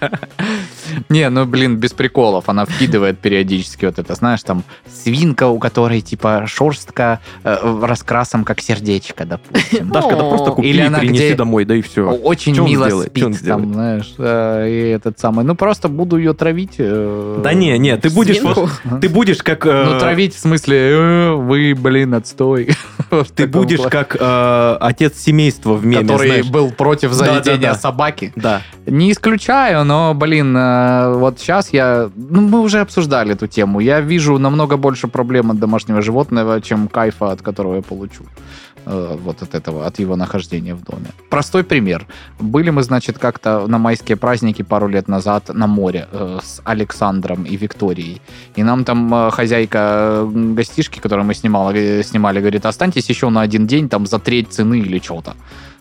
D: Не, ну, блин, без приколов. Она вкидывает периодически вот это, знаешь, там, свинка, у которой, типа, шерстка э, раскрасом, как сердечко, допустим.
C: Дашка, да просто купи и
D: Или она
C: принеси
D: где-
C: домой, да и все.
D: Очень
C: Чё он
D: мило
C: сделает? Чё он
D: спит, там,
C: сделает?
D: знаешь, э, и этот самый. Ну, просто буду ее травить. э,
C: Да не, не, ты будешь
A: Свинку?
C: вот- ты будешь как э,
D: Ну, травить в смысле, «Э, вы, блин, отстой. [LAUGHS] В
C: ты
D: таком
C: будешь
D: плане.
C: как э, отец семейства в меме,
D: Который
C: знаешь.
D: был против
C: Да-да-да.
D: заведения собаки.
C: Да.
D: Не исключаю, но, блин, э, вот сейчас я... Ну, мы уже обсуждали эту тему. Я вижу намного больше проблем от домашнего животного, чем кайфа, от которого я получу. Э, Вот от этого, от его нахождения в доме. Простой пример. Были мы, значит, как-то на майские праздники пару лет назад на море э, с Александром и Викторией. И нам там э, хозяйка э, гостишки, которую мы снимала, э, снимали, говорит, останьтесь еще на один день, там, за треть цены или что-то.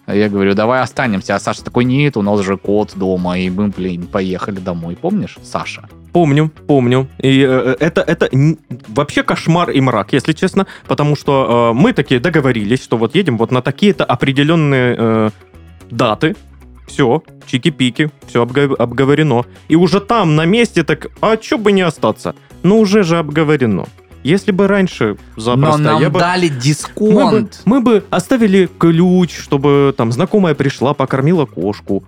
D: Я говорю, давай останемся. А Саша такой, нет, у нас же кот дома, и мы, блин, поехали домой. Помнишь, Саша?
C: Помню, помню. И э, это, это н- вообще кошмар и мрак, если честно, потому что э, мы такие договорились, что вот едем вот на такие-то определенные э, даты, все, чики-пики, все обговорено. И уже там, на месте, так, а чё бы не остаться? Ну, уже же обговорено. Если бы раньше запросто,
D: Но нам
C: я бы...
D: дали
C: Мы бы,
D: дисконт.
C: мы бы оставили ключ, чтобы там знакомая пришла, покормила кошку.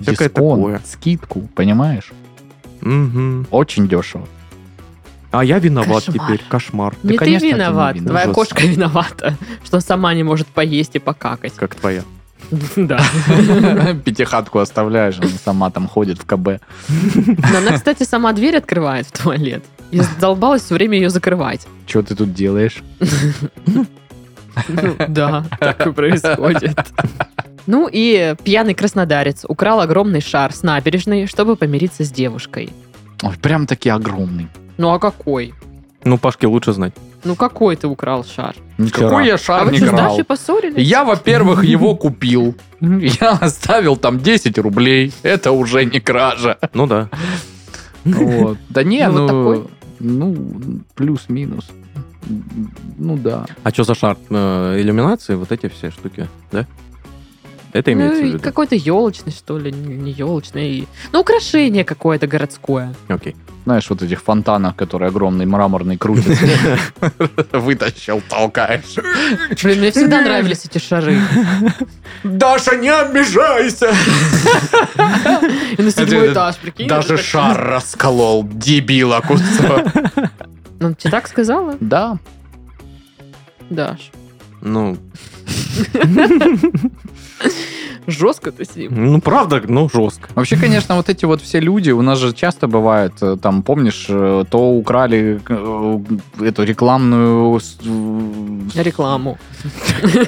C: всякое такое.
D: Дисконт, скидку, понимаешь?
C: Мгм.
D: Очень дешево.
C: А я виноват
A: Кошмар.
C: теперь, кошмар.
A: Не ты
D: конечно, ты не
A: виноват.
D: виноват.
A: Твоя
D: Ужас.
A: кошка [LAUGHS] виновата, что сама не может поесть и
C: [LAUGHS]
A: покакать.
C: Как твоя.
A: Да.
D: Пятихатку оставляешь, она сама там ходит в КБ.
A: Но Она, кстати, сама дверь открывает в туалет. Я задолбалась все время ее закрывать.
D: Что ты тут делаешь?
A: Ну, Да, так и происходит. Ну и пьяный краснодарец украл огромный шар с набережной, чтобы помириться с девушкой.
D: Ой, прям таки огромный.
A: Ну а какой?
C: Ну, Пашке лучше знать.
A: Ну какой ты украл шар?
D: Никакой я шар
A: а вы
D: не
A: что, с
D: играл.
A: Дашей поссорились?
D: Я, во-первых, его купил. Я оставил там 10 рублей. Это уже не кража.
C: Ну да.
D: Вот. Да не,
A: Ну,
D: ну,
A: вот такой.
D: ну, плюс-минус. Ну да.
C: А что за шар? Э, Иллюминации, вот эти все штуки, да? Это имеется в
A: Ну, и
C: виду?
A: какой-то елочный, что ли, не не елочный. Ну, украшение какое-то городское.
C: Окей.
D: Знаешь, вот этих фонтанов, которые огромный мраморный крутится. [LAUGHS] Вытащил, толкаешь.
A: Блин, мне всегда нравились эти шары.
D: Даша, не обижайся!
A: И на седьмой
D: Это-
A: этаж, прикинь. Ну,
D: Даже
A: это так-
D: шар расколол, дебила кусок.
A: Ну, тебе так сказала,
D: Да.
A: Даш?
C: Ну,
A: Жестко ты с ним.
C: ну правда, ну жестко.
D: Вообще, конечно, вот эти вот все люди, у нас же часто бывает, э, там, помнишь, э, то украли э, эту рекламную с-
A: Рекламу.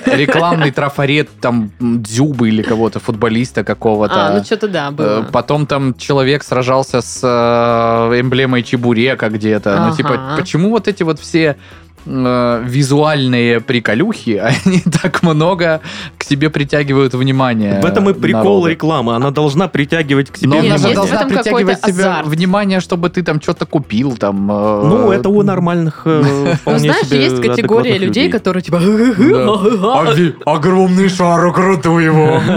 D: рекламный трафарет там м, Дзюбы или кого-то, футболиста какого-то.
A: А, ну что-то да,
D: Э,
A: было.
D: Потом там человек сражался с э, эмблемой чебурека где-то.
A: Ага.
D: Ну, типа, почему вот эти вот все э, визуальные приколюхи, [LAUGHS] они так много к себе притягивают внимание
C: В этом и прикол
D: народа?
C: рекламы. Она должна притягивать к себе
D: Но
A: Нет,
D: она же
A: Ну, есть в
D: должна
A: этом
D: притягивать
A: какой-то
D: себе
A: азарт.
D: внимание, чтобы ты там что-то купил. Там, э,
C: Ну, это у нормальных э,
A: Ну,
C: вполне
A: знаешь,
C: себе
A: есть категория
C: адекватных
A: людей, которые типа... [LAUGHS]
D: Да. Ови- Огромный шар, укруту его.
C: [LAUGHS]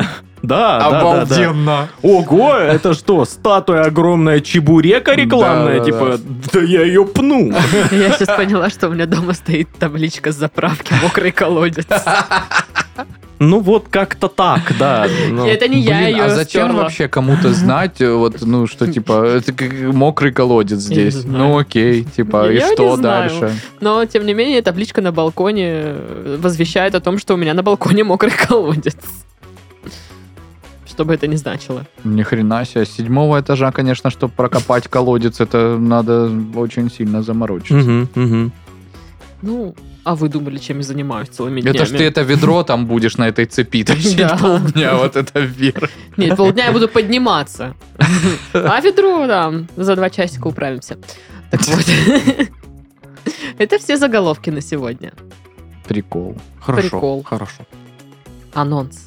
C: Да, да, да, да.
D: Обалденно.
C: Ого, это что, статуя огромная чебурека рекламная?
D: Да,
C: Типа,
D: да,
C: да я ее пну.
A: Я сейчас поняла, что у меня дома стоит табличка с заправки «Мокрый колодец».
C: Ну вот как-то так, да. ну.
A: И Это не я
D: Блин,
A: ее
D: а зачем
A: стерла.
D: вообще кому-то знать, э, вот, ну, что,
A: [LAUGHS]
D: типа, это как мокрый колодец
A: Я не
D: здесь.
A: знаю.
D: Ну, окей, типа, и
A: Я не
D: что
A: знаю.
D: дальше?
A: Но, тем не менее, табличка на балконе [LAUGHS] э, возвещает о том, что у меня на балконе мокрый колодец. что бы это ни значило.
D: Ни хрена себе. С седьмого этажа, конечно, чтобы прокопать колодец, это надо очень сильно заморочиться.
C: Мгм, мгм.
A: Ну, а вы думали, чем я занимаюсь целыми днями?
D: Это ж ты это ведро там будешь на этой
A: [LAUGHS]
D: цепи
A: ну- Да.
D: тащить полдня, вот это вверх.
A: Нет, полдня я буду
D: [LAUGHS]
A: подниматься. А ведро, да, за два часика управимся. Так вот. [LAUGHS] Это все заголовки на сегодня.
D: Прикол.
C: Хорошо.
A: Прикол.
C: Хорошо.
A: Анонс.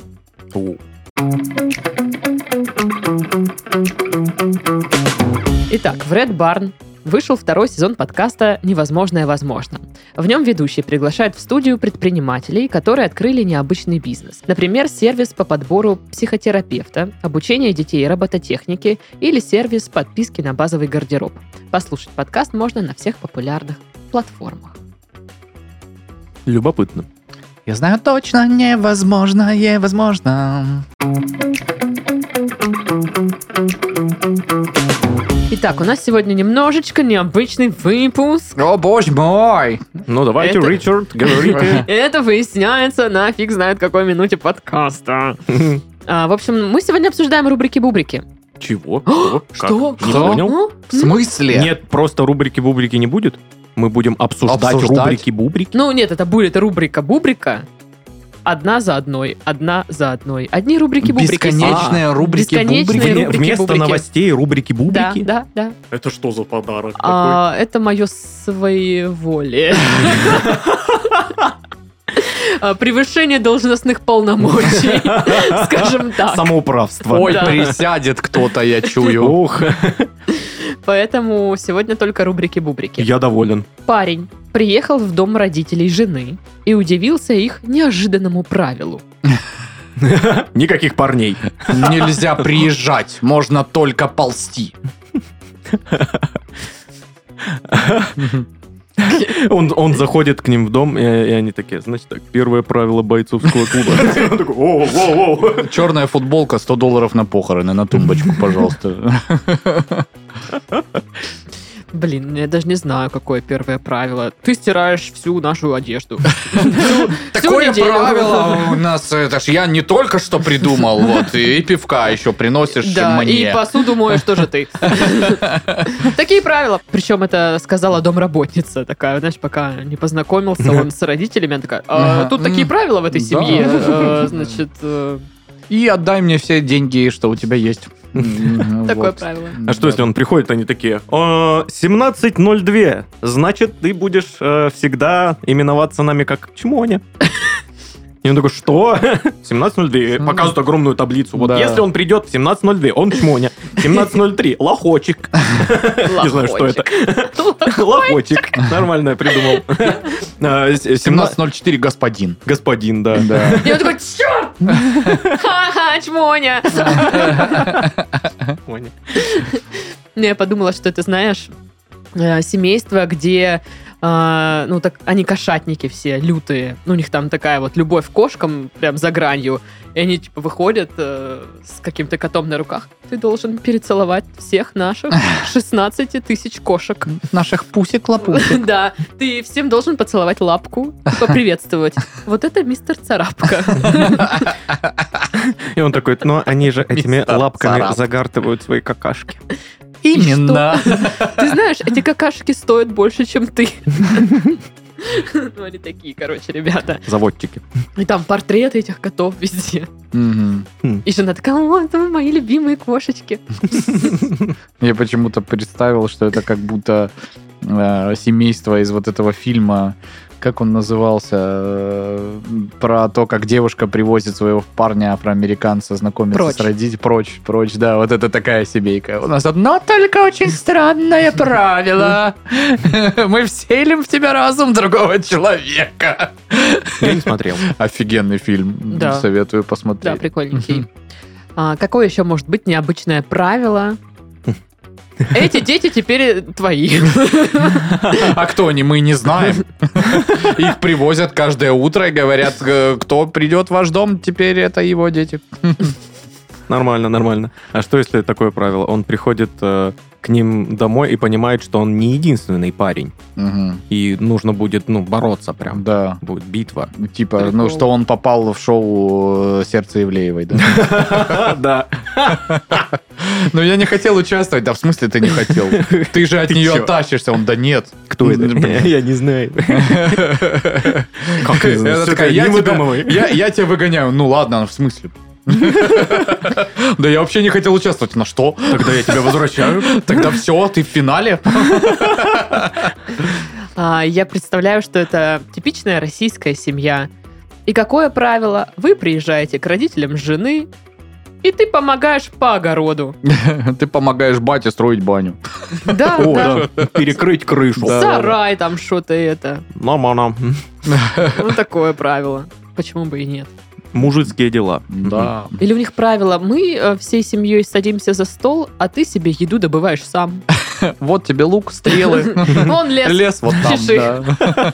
A: Итак, в Red Barn вышел второй сезон подкаста «Невозможное возможно». В нем ведущие приглашают в студию предпринимателей, которые открыли необычный бизнес. Например, сервис по подбору психотерапевта, обучение детей робототехники или сервис подписки на базовый гардероб. Послушать подкаст можно на всех популярных платформах.
C: Любопытно.
D: [LAUGHS] Я знаю точно, невозможно, невозможно.
A: Итак, у нас сегодня немножечко необычный выпуск.
D: О, боже мой!
C: Ну, давайте,
A: Это-
C: Ричард, говорите.
A: Это выясняется на фиг знает какой минуте подкаста. А, в общем, мы сегодня обсуждаем рубрики-бубрики. [GASPS]
C: Чего? Что? Как? Не
D: Что?
C: понял?
A: Ну,
D: В смысле?
C: Нет, просто рубрики-бубрики не будет. Мы будем обсуждать
D: Обсуждать?
C: рубрики-бубрики.
A: Ну, нет, это будет рубрика-бубрика. Одна за одной, одна за одной. Одни рубрики-бубрики.
D: Бесконечные
A: бесконечные
D: рубрики-бубрики.
A: рубрики.
C: Вместо
A: рубрики-бубрики.
C: новостей
A: А, Да,
C: рубрики-бубрики?
A: да, да.
C: Это что за подарок
A: А, это мое своеволие.
D: [LAUGHS]
A: А, Превышение должностных
D: [LAUGHS]
A: полномочий, скажем так.
C: Самоуправство.
D: Ой,
A: Да.
D: присядет кто-то,
A: [LAUGHS]
D: я чую.
C: Ух,
A: Поэтому сегодня только рубрики-бубрики.
C: я доволен.
A: Парень приехал в дом родителей жены и удивился их неожиданному правилу.
C: Никаких парней.
D: Нельзя приезжать, можно только ползти.
C: Он, он заходит к ним в дом, и, и они такие, значит так, первое правило бойцовского клуба.
D: [LAUGHS]
C: Он такой, «Воу, воу, воу».
D: Черная футболка, 100 долларов на похороны, на тумбочку, пожалуйста.
A: Блин, я даже не знаю, какое первое правило. Ты стираешь всю нашу
D: [LAUGHS]
A: одежду. Всю-
D: Такое
A: неделю.
D: [LAUGHS] правило у нас, э, это ж я не только что придумал, вот,
A: [LAUGHS]
D: и пивка еще приносишь
A: Да, и
D: мне.
A: посуду моешь тоже ты. Такие правила. Причем это сказала домработница такая, знаешь, пока не познакомился он с родителями, она такая, «А,
D: Ага.
A: тут такие
D: М.
A: правила в этой
D: Да.
A: семье, э, значит, э,
D: И отдай мне все деньги, что у тебя есть. [LAUGHS] М,
A: такое
D: вот.
A: правило.
C: А что, если он приходит, они такие, «Э, 17.02, значит, ты будешь э, всегда именоваться нами как Чмоня. И он такой, что? 17.02. Показывают огромную таблицу. Вот
D: Да.
C: если он придет в 17.02, он Чмоня. 17.03, лохочек. Не знаю, что это. Лохочек. Нормально я
D: [LAUGHS]
C: придумал. Э, с- 17
D: 17.04, господин.
C: Господин, да.
D: Да.
A: И он такой, черт! Ха-ха, чмоня!
C: Чмоня.
A: Ну, Я подумала, что это, знаешь, э, семейство, где э, ну так они кошатники все лютые. Ну, у них там такая вот любовь к кошкам прям за гранью. И они типа выходят э, с каким-то котом на руках. Ты должен перецеловать всех наших 16 тысяч кошек.
D: Наших
A: [LAUGHS]
D: пусик-лопусик.
A: Да, ты всем должен поцеловать лапку и поприветствовать. Вот это мистер Царапка.
C: И он такой, но они же этими
D: Мистер
C: лапками
D: Царап.
C: загартывают свои какашки.
A: [LAUGHS]
D: Именно.
A: Ты знаешь, эти какашки стоят больше, чем ты. Ну, они такие, короче, ребята.
C: Заводчики.
A: И там портреты этих котов везде.
D: Мгм.
A: И жена такая, о, это мои любимые кошечки.
D: Я почему-то представил, что это как будто э, семейство из вот этого фильма, как он назывался, э, про то, как девушка привозит своего парня афроамериканца знакомиться
A: Прочь.
D: с родителями. Прочь, прочь, да, вот это такая семейка. У нас одно только очень странное правило. [LAUGHS] Мы вселим в тебя разум другого человека.
C: Я не смотрел.
D: Офигенный фильм.
A: Да.
D: Советую
A: Да,
D: посмотреть.
A: прикольненький. А, какое еще может быть необычное правило? Эти дети теперь э, твои. [LAUGHS]
D: А кто они, мы не знаем. [LAUGHS] Их привозят каждое утро и говорят, э, кто придет в ваш дом, теперь это его дети.
C: Нормально, нормально. А что, если такое правило? Он приходит э, к ним домой и понимает, что он не единственный парень.
D: Мгм.
C: И нужно будет, ну, бороться прям.
D: Да.
C: Будет битва.
D: Типа,
A: Прикол.
D: ну, что он попал в шоу э, «Сердце Ивлеевой», [LAUGHS] да?
C: [LAUGHS] Да.
D: Ну, я не хотел участвовать. Да, в смысле ты не [LAUGHS] хотел? Ты же от
C: Ты
D: нее
C: чё?
D: оттащишься. Он, да нет.
C: Кто это?
D: Блин.
C: Я не [LAUGHS] знаю.
D: [LAUGHS]
C: Как не знаю?
D: Она
C: Всё
D: такая,
C: ты не
D: я тебя-
C: выдумывай.
D: Я я тебя выгоняю. Ну, ладно, в смысле? [LAUGHS] Да я вообще не хотел участвовать. На что?
C: Тогда я тебя возвращаю.
D: [LAUGHS] Тогда все, ты в финале.
A: А, Я представляю, что это типичная российская семья. И какое правило? Вы приезжаете к родителям жены, и ты помогаешь по огороду.
D: [LAUGHS]
A: [LAUGHS]
D: Ты помогаешь бате строить баню.
A: Да,
C: О,
A: да.
C: да. Перекрыть крышу.
A: Сарай там что-то это.
C: Мама-нам.
A: Ну, такое правило. Почему бы и нет?
C: Мужицкие дела.
D: Да.
A: Или у них правило, мы э, всей семьей садимся за стол, а ты себе еду добываешь
D: [LAUGHS]
A: сам.
D: Вот тебе
A: [LAUGHS]
D: лук, стрелы.
A: Вон лес.
D: Лес вот там,
A: Чеши.
D: [LAUGHS] да.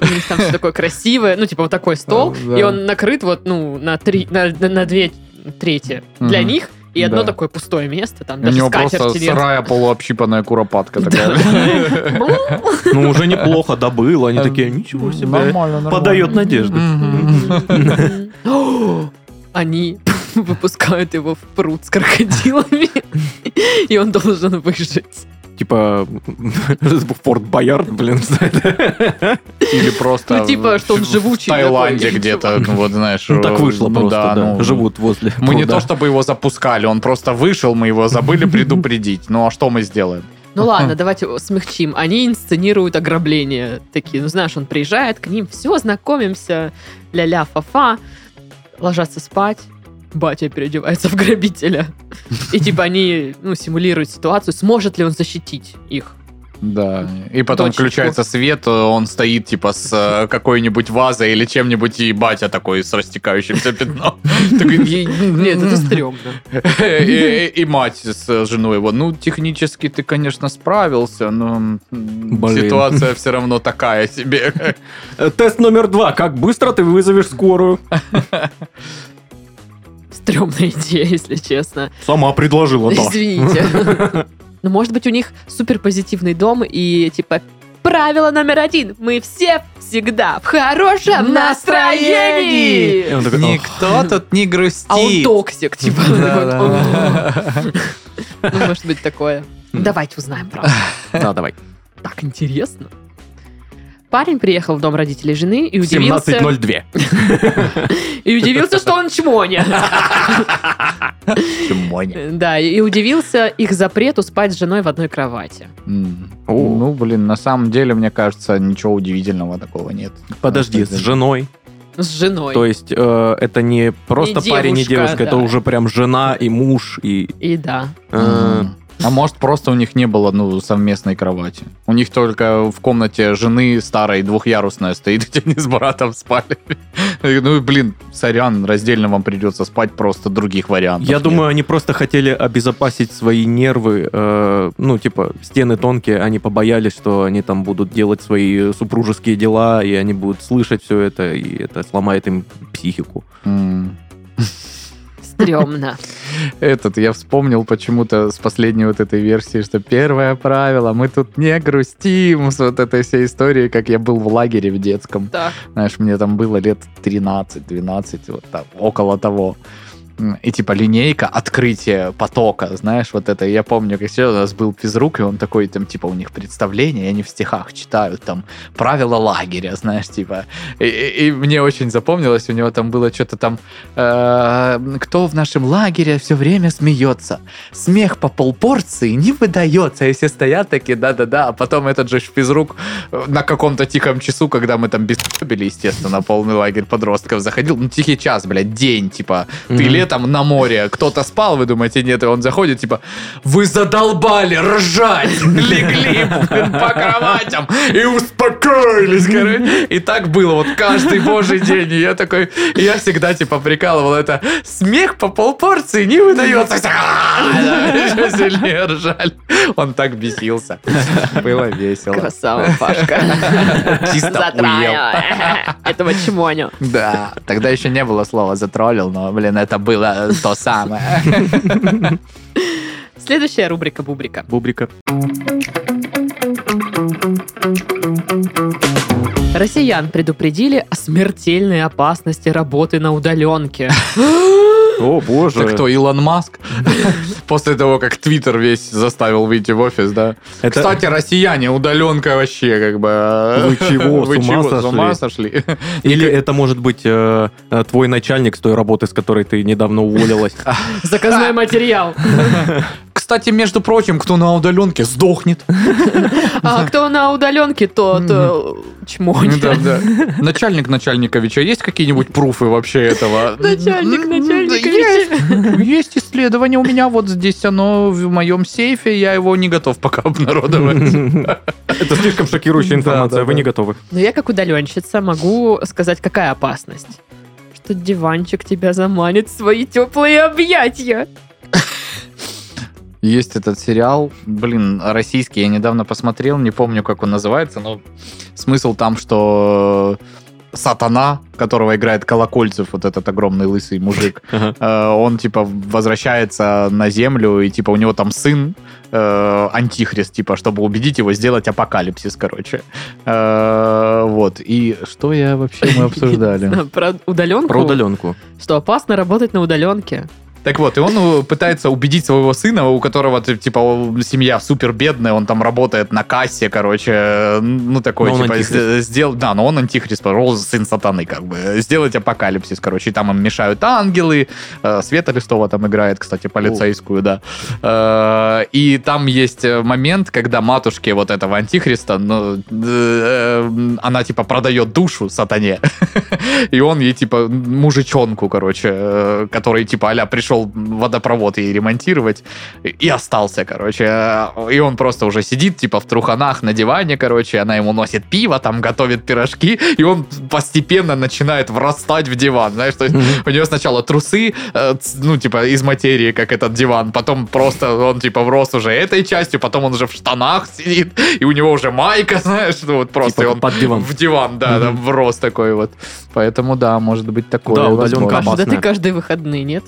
A: У них там все такое красивое, ну, типа вот такой стол,
D: Да.
A: и он накрыт вот, ну, на три, на, на- на две трети для
D: Мгм.
A: них, и одно
D: Да.
A: такое пустое место, там
D: У
A: даже
D: него просто
A: скатерти нет.
D: сырая полуобщипанная куропатка такая.
C: [LAUGHS] Ну, уже неплохо добыл. Они такие,
A: Эм,
C: ничего себе. Подает надежду.
A: Мгм. [GASPS] О, Они [LAUGHS] выпускают его в пруд с крокодилами, [LAUGHS] и он должен выжить.
C: Типа, [LAUGHS] Форт Боярд, блин,
D: Или просто
A: Ну, типа, что он
D: в-
A: живучий
D: В Таиланде
A: такой.
D: где-то, ну, вот знаешь.
C: Ну, так вышло
D: ну,
C: просто, да.
D: да, ну,
C: Живут возле
D: Мы не
C: пруда.
D: то чтобы его запускали, он просто вышел, мы
C: [LAUGHS]
D: его забыли предупредить. Ну а что мы сделаем?
A: Ну ладно, давайте его смягчим. Они инсценируют ограбление. Такие, ну знаешь, он приезжает к ним, все, знакомимся, ля-ля, фа-фа. Ложатся спать, батя переодевается в грабителя. И типа они, ну, симулируют ситуацию, сможет ли он защитить их.
D: Да. И потом
A: Дочечку.
D: включается свет, э, он стоит типа с э, какой-нибудь вазой или чем-нибудь, и батя такой с растекающимся пятном. Такой, «Е-
A: ну, Нет, это стрёмно.
D: И и- и мать с женой его. Ну, технически ты, конечно, справился, но м,
C: Блин.
D: ситуация все равно такая себе.
C: Э, Тест номер два. Как быстро ты вызовешь скорую?
A: Стрёмная идея, если честно.
C: Сама предложила, да.
A: Извините. Ну, может быть, у них супер позитивный дом и типа правило номер один. Мы все всегда в хорошем настроении.
C: И он такой, «Ох,
D: Никто тут не грустит.
A: А он
D: [LAUGHS]
A: токсик, типа. такой,
D: Да-да.
A: «Ох». Ну, может быть, такое.
C: М.
A: Давайте узнаем, правда.
C: Да, давай.
A: Так интересно. Парень приехал в дом родителей жены и удивился,
C: 17.02.
A: и удивился, что он чмоня.
D: Чмоня.
A: Да, и удивился их запрету спать с женой в одной кровати.
D: М.
C: О.
D: Ну, блин, на самом деле, мне кажется, ничего удивительного такого нет.
C: Подожди, с женой.
A: С женой.
C: То есть э, это не просто
A: Не
C: парень и
A: девушка,
C: девушка, это
A: да.
C: уже прям жена и муж и...
A: И да.
C: э,
D: Мгм. А может, просто у них не было, ну, совместной кровати. У них только в комнате жены старой двухъярусная стоит, [LAUGHS] где они с братом спали. Ну, блин, сорян, раздельно вам придется спать, просто других вариантов
C: Я
D: нет.
C: думаю, они просто хотели обезопасить свои нервы, э, ну, типа, стены тонкие, они побоялись, что они там будут делать свои супружеские дела, и они будут слышать все это, и это сломает им психику.
D: М.
A: Стрёмно.
D: Этот, я вспомнил почему-то с последней вот этой версии, что первое правило, мы тут не грустим с вот этой всей историей, как я был в лагере в детском.
A: Так.
D: Знаешь, мне там было лет 13-12, вот там, около того. М, И типа линейка открытие потока, знаешь, вот это, я помню, как сейчас у нас был физрук, и он такой, там, типа, у них представление, и они в стихах читают, там, правила лагеря, знаешь, типа, и, и- и мне очень запомнилось, у него там было что-то там, э, кто в нашем лагере все время смеется, смех по полпорции не выдается, и все стоят такие, да-да-да, а потом этот же физрук э, на каком-то тихом часу, когда мы там без естественно, полный лагерь подростков заходил, ну, тихий час, блядь, день, типа, ты
C: Мгм.
D: летом на море кто-то спал, вы думаете, нет, и он заходит, типа, вы задолбали ржать, [LAUGHS] легли блин, по кроватям и успокоились, короче. И так было вот каждый божий день. И я такой, и я всегда, типа, прикалывал это. Смех по полпорции не выдается. Еще сильнее ржали. Он так бесился. Было весело. [LAUGHS]
A: Красава, Пашка.
D: Чисто уел.
A: Затравил. [LAUGHS] Этого чмоню.
D: Да, тогда еще не было слова затроллил, но, блин, это было то [LAUGHS] самое.
A: Следующая рубрика Бубрика.
C: Бубрика.
A: Россиян предупредили о смертельной опасности работы на
D: [LAUGHS]
A: удаленке.
C: О, боже.
D: Это кто, Илон Маск? [LAUGHS] После того, как Твиттер весь заставил выйти в офис, да?
C: Это-
D: Кстати, россияне, удаленка вообще как бы...
C: Вы чего, с
D: [LAUGHS] Вы
C: ума
D: чего, с ума сошли? [LAUGHS]
C: Или это может быть э, э, твой начальник с той работы, с которой ты недавно
D: [LAUGHS]
C: уволилась.
A: Заказной материал.
D: Кстати, между прочим, кто на удаленке, [LAUGHS] сдохнет.
A: А кто на удаленке, тот э,
D: Ну да,
A: чмонит.
D: да. Начальник Начальниковича, есть какие-нибудь пруфы вообще [LAUGHS] этого?
A: [LAUGHS] Начальник,
D: М, м,
A: начальник.
D: Ну, Есть,
A: видите?
D: Есть исследование у меня вот здесь, оно в моем сейфе, я его не готов пока обнародовать.
C: Это слишком шокирующая информация,
D: да,
C: вы
D: да.
C: не готовы.
A: Но я как удаленщица могу сказать, какая опасность. Что диванчик тебя заманит в свои теплые объятия.
D: [LAUGHS] Есть этот сериал, блин, российский, я недавно посмотрел, не помню, как он называется, но смысл там, что сатана, которого играет Колокольцев, вот этот огромный лысый мужик, [LAUGHS]
C: Ага.
D: Э, он типа возвращается на землю, и типа у него там сын э, антихрист, типа, чтобы убедить его сделать апокалипсис, короче. Э, Вот. И что я вообще [LAUGHS] мы обсуждали?
A: Про
D: Ну,
A: удаленку?
C: Про удаленку.
A: Что опасно работать на удаленке.
D: Так вот, и он э, пытается убедить своего сына, у которого ты, типа семья супер бедная, он там работает на кассе, короче, э, ну такой
C: Но он
D: типа
C: антихрист.
D: сдел- сделал, да, но он антихрист, он сын сатаны, как бы сделать апокалипсис, короче, и там им мешают ангелы, э, Света Листова там играет, кстати, полицейскую, да, Э, и там есть э, момент, когда матушке вот этого антихриста, ну, э, э, она типа продает душу сатане, [LAUGHS] и он ей, типа, мужичонку, короче, э, который, типа, аля пришел водопровод ей ремонтировать и- и остался, короче. Э, И он просто уже сидит, типа, в труханах на диване, короче, она ему носит пиво, там готовит пирожки, и он постепенно начинает врастать в диван, знаешь, то есть у него сначала трусы, э, ц- ну, типа, из материи, как этот диван, потом просто он, типа, врос уже этой частью, потом он уже в штанах сидит, и у него уже майка, [LAUGHS] знаешь, ну, вот просто, и
C: Типа
D: он
C: под диван.
D: в диван, да, там врос такой вот. Поэтому, да, может быть такое.
C: Да,
D: возможно.
C: удаленка.
A: Паша, да
C: опасно.
A: ты каждые выходные, нет?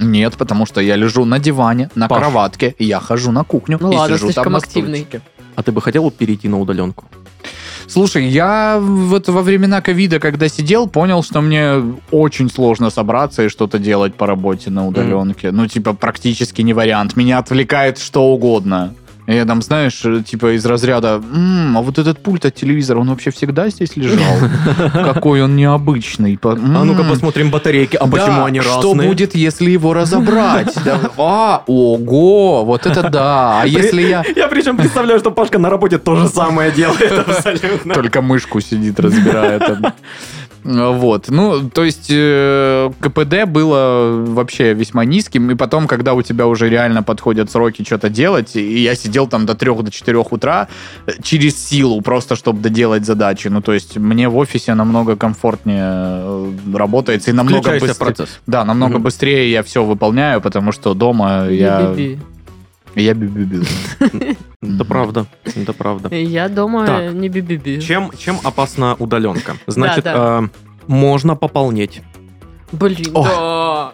D: Нет, потому что я лежу на диване, на
C: Паш.
D: кроватке, и я хожу на кухню
A: Ну
D: и
A: ладно,
D: сижу там
A: слишком
D: на
A: активный.
D: стульчике.
C: А ты бы хотел перейти на удаленку?
D: Слушай, я вот во времена ковида, когда сидел, понял, что мне очень сложно собраться и что-то делать по работе на удаленке. Ну, типа, практически не вариант. Меня отвлекает что угодно. Я там, знаешь, э, типа из разряда, «М, а вот этот пульт от телевизора, он вообще всегда
C: [LAUGHS]
D: здесь лежал? Какой он необычный. По-
C: А ну-ка
D: м».
C: посмотрим батарейки, а
D: Да,
C: почему они
D: что
C: разные?
D: будет, если его разобрать? Да, А, ого, вот это да. А если я...
C: [LAUGHS] Я причем представляю, что Пашка на работе то же самое делает
D: [LAUGHS]
C: абсолютно.
D: Только мышку сидит, разбирает. там. [LAUGHS] Вот, ну, то есть э, КПД было вообще весьма низким, и потом, когда у тебя уже реально подходят сроки что-то делать, и я сидел там до 3 до 4 утра э, через силу, просто чтобы доделать задачи. Ну, то есть мне в офисе намного комфортнее э, работается и намного
C: Включайся в
D: быстрее.
C: процесс.
D: Да, намного
C: Мгм.
D: быстрее я все выполняю, потому что дома я...
A: Би-би-би.
D: Я бибибил.
C: Это правда, это правда.
A: Я дома
C: Так.
A: не би-би-би.
C: Чем, чем опасна удаленка? Значит,
A: да.
C: э, можно пополнеть.
A: Блин,
D: Ох.
A: да.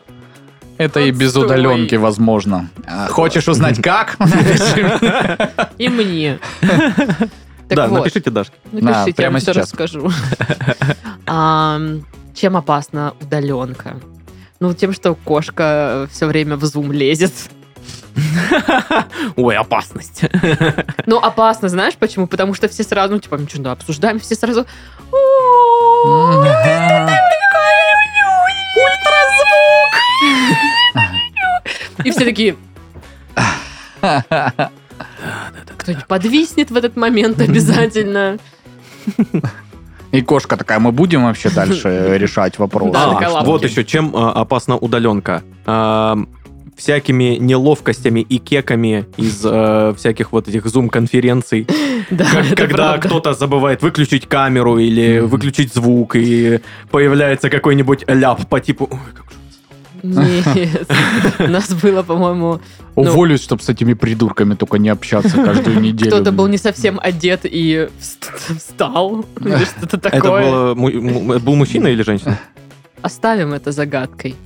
D: Это и без
A: Отстой.
D: удаленки возможно. А, Хочешь узнать [LAUGHS] как? Напиши.
A: И мне. Так
C: да,
A: вот,
C: напишите Дашке.
D: Да,
A: напишите, я
D: прямо
A: вам все
D: сейчас.
A: расскажу. Ам, Чем опасна удаленка? Ну, тем, что кошка все время в зум лезет.
C: Ой, опасность.
A: Ну, опасно, знаешь почему? Потому что все сразу, ну, типа, ну, что, да, обсуждаем, все сразу... «О,
D: Мгм.
A: это такая люблю, Ультразвук! И все такие... Кто-нибудь подвиснет в этот момент обязательно.
D: И кошка такая, мы будем вообще дальше решать
A: [LAUGHS]
D: вопрос?
A: Да,
C: А,
A: такая лапка.
C: вот еще чем а, опасна удаленка. А, всякими неловкостями и кеками из э, всяких вот этих зум-конференций,
A: Да,
C: Как-
A: [LAUGHS] это
C: когда
A: правда.
C: кто-то забывает выключить камеру или
D: Мгм.
C: выключить звук, и появляется какой-нибудь ляп по типу «Ой, как же
A: Нет. У нас было, по-моему,
D: Уволюсь, чтобы с этими придурками только не общаться каждую неделю.
A: кто-то был не совсем одет и вст- встал. Или что-то
C: Это
A: такое.
C: было му- му- это был мужчина или женщина?
A: Оставим это загадкой.
C: [LAUGHS]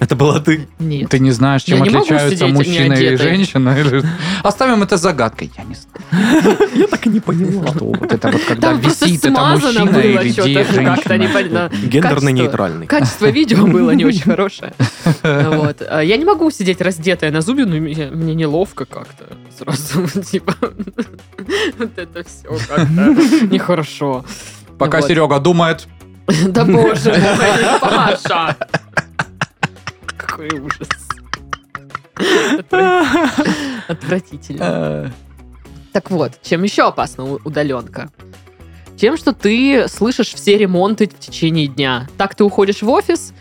C: Это была ты.
A: Нет.
D: Ты не знаешь, чем
A: Я не могу
D: отличаются
A: сидеть а
D: мужчина и
A: неодетой.
D: женщина? Или- Оставим это загадкой. Я не знаю,
C: Я так и не поняла.
D: что вот это вот, когда
A: Там просто
D: висит, это
A: смазано
D: мужчина
A: было
D: или де-
A: что-то как-то
D: женщина.
A: непонятно.
C: Гендерно-нейтральный.
A: Качество видео было не очень
D: [LAUGHS]
A: хорошее. Вот. А Я не могу сидеть раздетая на зубе, но мне мне неловко как-то. Сразу, [LAUGHS] типа, вот это все как-то нехорошо.
D: Пока
A: Вот.
D: Серега думает,
A: Да боже мой, Паша! Какой ужас. Отвратительно.
D: э,
A: Так вот, чем еще опасна у- удаленка? Тем, что ты слышишь все ремонты в течение дня. Так ты уходишь в офис,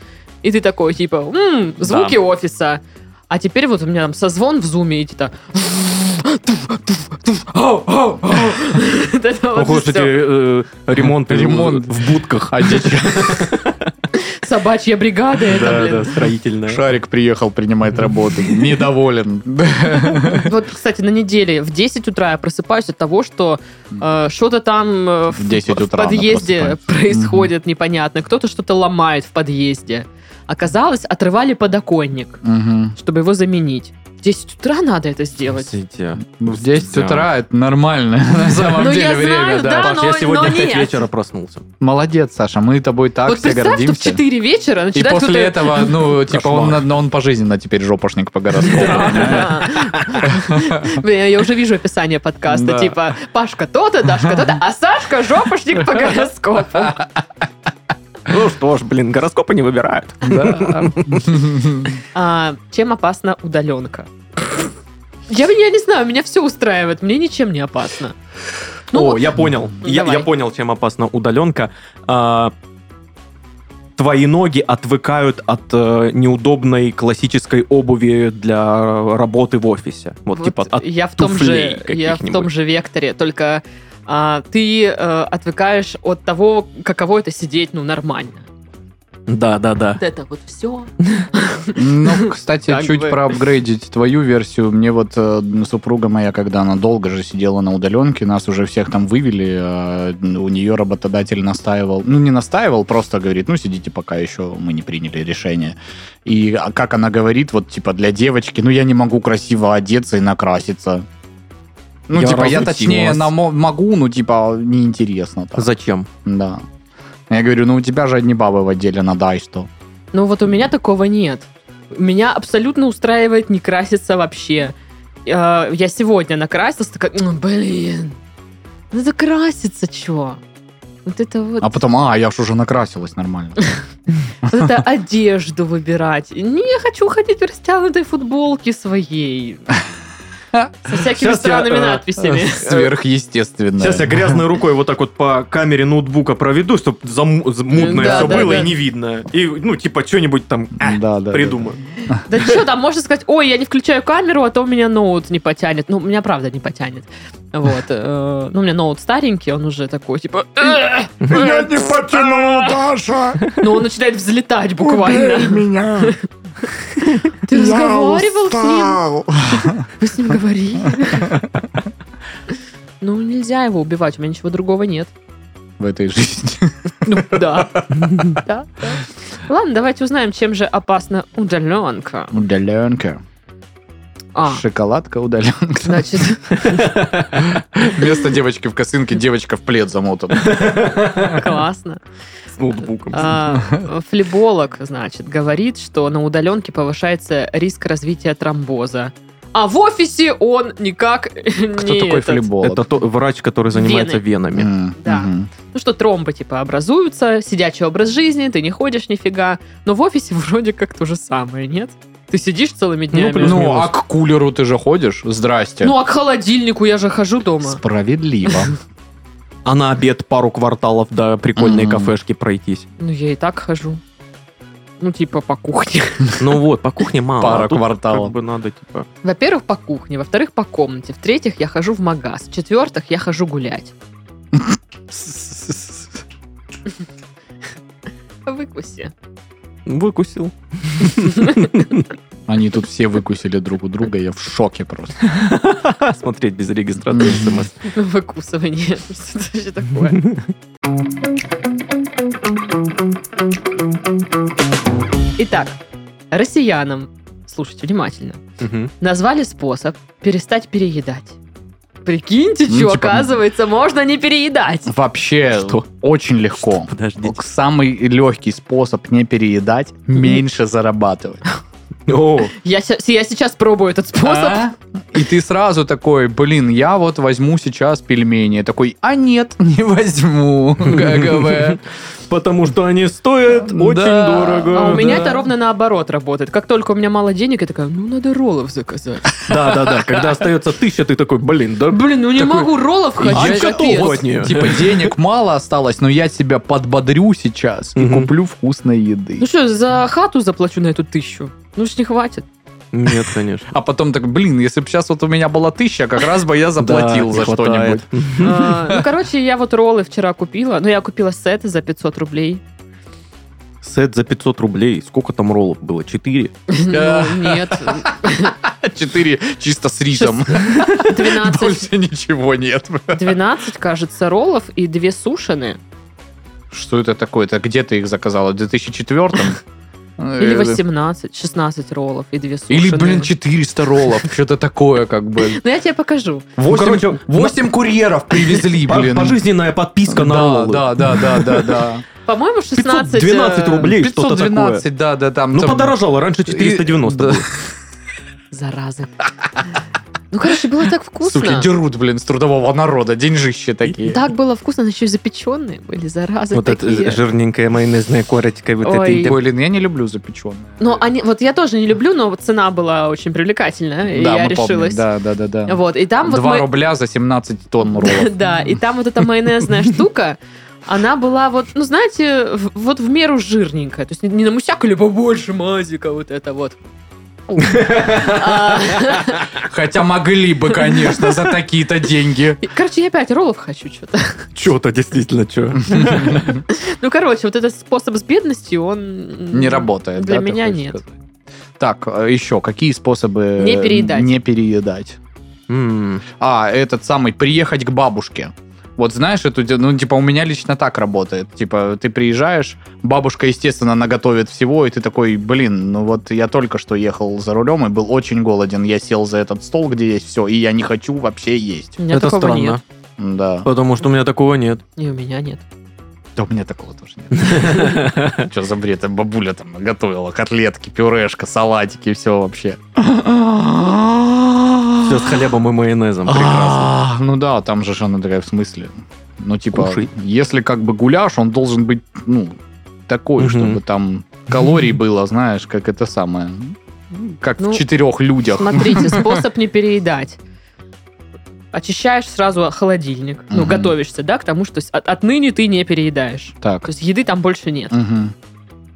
A: и ты такой, типа, «М, звуки офиса. А теперь вот у меня там созвон в зуме, и типа... [LAUGHS] Вот это вот
C: Похоже,
A: всё.
C: эти э, ремонты
D: Ремонт.
C: в будках. а
A: [LAUGHS] Собачья бригада это,
C: Да, да,
A: блин.
C: строительная.
D: Шарик приехал принимать работу, недоволен.
A: [LAUGHS] Вот, кстати, на неделе в 10 утра я просыпаюсь от того, что э, что-то там э,
D: В 10 утра она
A: подъезде
D: просыпается.
A: происходит непонятно. Кто-то что-то ломает в подъезде. Оказалось, отрывали подоконник,
D: [LAUGHS] Мгм.
A: чтобы его заменить. В 10 утра надо это сделать.
C: Простите.
D: Ну, В 10 утра это нормально, [LAUGHS] на
A: Ну,
D: самом
A: я
D: деле, время,
A: знаю, да.
D: да.
C: Паш, я
A: А, но-
C: сегодня
A: но
C: в 5
A: нет.
C: вечера проснулся.
D: Молодец, Саша, мы тобой так
A: вот
D: все
A: представь, что в
D: гордимся.
A: 4 вечера
D: И
A: начинает
D: после
A: кто-то- [LAUGHS]
D: этого, ну, типа, он,
C: Кошмар.
D: на- он пожизненно теперь жопошник по гороскопу. [LAUGHS]
A: Да. Блин, Я уже вижу описание подкаста.
D: Да.
A: Типа, Пашка то-то, Дашка то-то, а Сашка жопошник
D: [LAUGHS]
A: по гороскопу.
C: Ну что ж, блин, гороскопы не выбирают.
D: Да.
A: А, чем опасна удаленка? Я, я не знаю, меня все устраивает, мне ничем не опасно. Ну,
C: О, я понял. Я,
A: Давай.
C: я понял, чем опасна удаленка. А, твои ноги отвыкают от э, неудобной классической обуви для работы в офисе. Вот,
A: вот
C: типа от
A: я в том
C: туфлей
A: же, я в том
C: каких-нибудь.
A: же векторе, только а, ты э, отвыкаешь от того, каково это сидеть, ну нормально.
C: Да, да, да.
A: Вот это вот все.
D: Ну, кстати,
A: Как
D: чуть
A: бы.
D: проапгрейдить твою версию. Мне вот э, супруга моя, когда она долго же сидела на удаленке, нас уже всех там вывели, а у нее работодатель настаивал, ну, не настаивал, просто говорит, ну, сидите пока еще, мы не приняли решение. И а как она говорит, вот, типа, для девочки, ну, я не могу красиво одеться и накраситься. Ну,
C: Я
D: типа, я
C: разутилась.
D: точнее намо- могу, ну, типа, неинтересно так.
C: Зачем?
D: Да. Я говорю, ну, у тебя же одни бабы в отделе, надай что.
A: Ну вот у меня такого нет. Меня абсолютно устраивает не краситься вообще. Э, Я сегодня накрасилась, такая, «Ну, блин, надо краситься, чё? Вот это вот...
D: А потом, а, я ж уже накрасилась нормально.
A: Вот это одежду выбирать. Не я хочу ходить в растянутой футболке своей. Со всякими
C: Сейчас я,
A: странными
C: э,
A: надписями.
D: Сверхъестественное.
C: Сейчас я [LAUGHS] грязной рукой вот так вот по камере ноутбука проведу, чтобы мутное
A: Ну Да,
C: все
A: да,
C: было
A: да.
C: и не видно. И, ну, типа, что-нибудь там э,
D: Да, да.
C: придумаю.
A: Да что там, можно сказать, ой, я не включаю камеру, а то у меня ноут не потянет. Ну, у меня правда не потянет. Вот. э, Ну, у меня ноут старенький, он уже такой, типа... «Э, э».
D: не потянул, Даша!
A: Но он начинает взлетать буквально.
D: меня!
A: Ты разговаривал с ним? Вы с ним говорили? Ну, нельзя его убивать, у меня ничего другого нет.
D: В этой жизни.
A: Ну,
D: [LAUGHS]
A: да. Да, да. Ладно, давайте узнаем, чем же опасна удаленка.
D: Удаленка.
A: А,
D: Шоколадка удаленка. [LAUGHS]
A: значит,
D: Вместо девочки в косынке девочка в плед замотана.
A: классно.
C: С ноутбуком.
A: А, Флеболог, значит, говорит, что на удаленке повышается риск развития тромбоза. А в офисе он никак [LAUGHS] не
D: Кто такой
A: этот.
D: флеболог?
C: Это тот врач, который занимается венами.
D: М,
A: Да.
D: мгм.
A: Ну что, тромбы типа образуются, сидячий образ жизни, ты не ходишь нифига. Но в офисе [LAUGHS] вроде как то же самое, нет? Ты сидишь целыми днями.
C: плюс-
D: Ну, а к кулеру ты же ходишь? Здрасте.
A: Ну, а к холодильнику я же хожу дома.
D: Справедливо.
C: а на обед пару кварталов до прикольной
D: Мгм.
C: кафешки пройтись.
A: Ну, я и так хожу. Ну, типа по кухне. [LAUGHS]
C: Ну вот, по кухне мало.
D: Пара
C: а тут
D: кварталов.
C: Как бы надо, типа...
A: Во-первых, по кухне. Во-вторых, по комнате. В-третьих, я хожу в магаз. В-четвертых, я хожу гулять. Выкуси.
C: Выкусил.
D: Они тут все выкусили друг у друга, я в шоке просто.
C: Смотреть без регистрации
D: Мгм.
C: смс.
A: Ну, Выкусывание. [LAUGHS] Что это вообще такое? Итак, россиянам, слушайте внимательно,
C: Мгм.
A: назвали способ перестать переедать. Прикиньте,
D: Ну,
A: что
D: типа,
A: оказывается, можно не переедать.
D: Вообще,
C: Что?
D: очень легко.
C: Подождите.
D: Самый легкий способ не переедать – меньше зарабатывать.
C: О,
A: Я, се- я сейчас пробую этот способ.
D: А? И ты сразу такой, блин, я вот возьму сейчас пельмени. Я Такой, а нет, [LAUGHS] не возьму. ГГВ.
C: потому что они стоят очень
D: Да.
C: дорого.
A: А у меня
C: да.
A: это ровно наоборот работает. Как только у меня мало денег, я такая, ну надо роллов
C: [LAUGHS]
A: заказать.
C: Да-да-да, когда остается тысяча, ты такой, блин, да...
A: Блин, ну не
C: Такой,
A: могу роллов
C: «Я
A: хочу.
C: готов
A: капец».
C: от нее.
D: Типа денег мало осталось, но я тебя подбодрю сейчас и
C: Мгм.
D: куплю вкусной еды.
A: Ну что, за хату заплачу на эту тысячу? Ну ж не
C: [LAUGHS]
A: хватит.
C: Нет, конечно.
D: А потом так, блин, если бы сейчас вот у меня была тысяча, как раз бы я заплатил
C: Да,
D: за
C: не хватает.
D: что-нибудь. [LAUGHS]
A: А, Ну, короче, я вот роллы вчера купила. Ну, я купила сет за 500 рублей.
C: Сет за 500 рублей. Сколько там роллов было? Четыре?
A: Ну,
D: Да.
A: нет.
D: Четыре чисто с рисом.
A: 12,
D: Больше ничего нет.
A: 12, кажется, роллов и две сушеные.
D: Что это такое? Это где ты их заказала? В 2004
A: Или 18, 16 роллов и две сушеные.
D: Э, Или, блин, 400 роллов. Что-то такое, как бы.
A: Ну, я тебе покажу.
D: Восемь-
C: короче,
D: восемь курьеров привезли,
C: По- Пожизненная подписка на
D: Да,
C: роллы.
D: да, да, да, да, да.
A: По-моему, 16...
C: 512
A: э,
C: рублей. что-то такое.
D: 512, да, да, там.
C: Ну,
D: там-
C: подорожало, раньше 490
D: Да.
C: было.
A: Зараза. Ну, короче, было так вкусно.
D: Суки, дерут, блин, с трудового народа. Деньжище такие.
A: Так было вкусно, они еще и запеченные были, заразы
C: Вот
A: такие.
C: это жирненькая майонезная корочка. Вот это
A: Ой.
C: идет.
D: Блин, ну, я не люблю запеченное.
A: Но они, вот я тоже не люблю, но вот цена была очень привлекательная, и
D: да,
A: я
D: мы помним,
A: решилась.
D: Да, да, да, да.
A: Вот, и там вот
D: 2
A: мы-
D: рубля за 17
A: [LAUGHS]
D: тонн роллов.
A: Да, и там вот эта
D: [LAUGHS]
A: майонезная штука, она была вот, ну, знаете, в- вот в меру жирненькая. То есть не- не намусякали побольше мазика вот это вот. А,
D: Хотя могли бы, конечно, за такие-то деньги.
A: и, Короче, я опять роллов хочу что-то.
C: Че-то действительно, че.
A: [LAUGHS] Ну, короче, вот этот способ с бедностью, он...
D: Не работает,
A: Для
D: да, ты
A: меня
D: хочешь
A: нет.
D: сказать? Так, э, еще какие способы
A: Не
D: э,
A: переедать.
D: Не переедать. А, этот самый, приехать к бабушке. Вот знаешь, эту, де- ну, типа, у меня лично так работает. Типа, ты приезжаешь, бабушка, естественно, наготовит всего, и ты такой, блин, ну вот я только что ехал за рулем и был очень голоден. Я сел за этот стол, где есть все, и я не хочу вообще есть.
A: У меня
C: Это
A: такого нет.
C: странно.
D: Да.
C: Потому что у меня такого нет.
A: И у меня нет.
D: Да у меня такого тоже нет. Что за бред? Там Бабуля там готовила котлетки, пюрешка, салатики, все вообще.
C: Все с хлебом и майонезом. Прекрасно.
D: А, Ну да, там же ж она такая в смысле. Ну, типа,
C: Кушай.
D: если как бы гуляш, он должен быть, ну, такой,
C: Мгм.
D: чтобы там калорий было, знаешь, как это самое. Ну, Как
A: Ну,
D: в четырех людях. [LAUGHS]
A: Смотрите, способ не переедать. Очищаешь сразу холодильник. Ну,
D: Мгм.
A: готовишься, да, к тому, что с- от- отныне ты не переедаешь. То
D: Так.
A: есть еды там больше нет.
D: Мгм.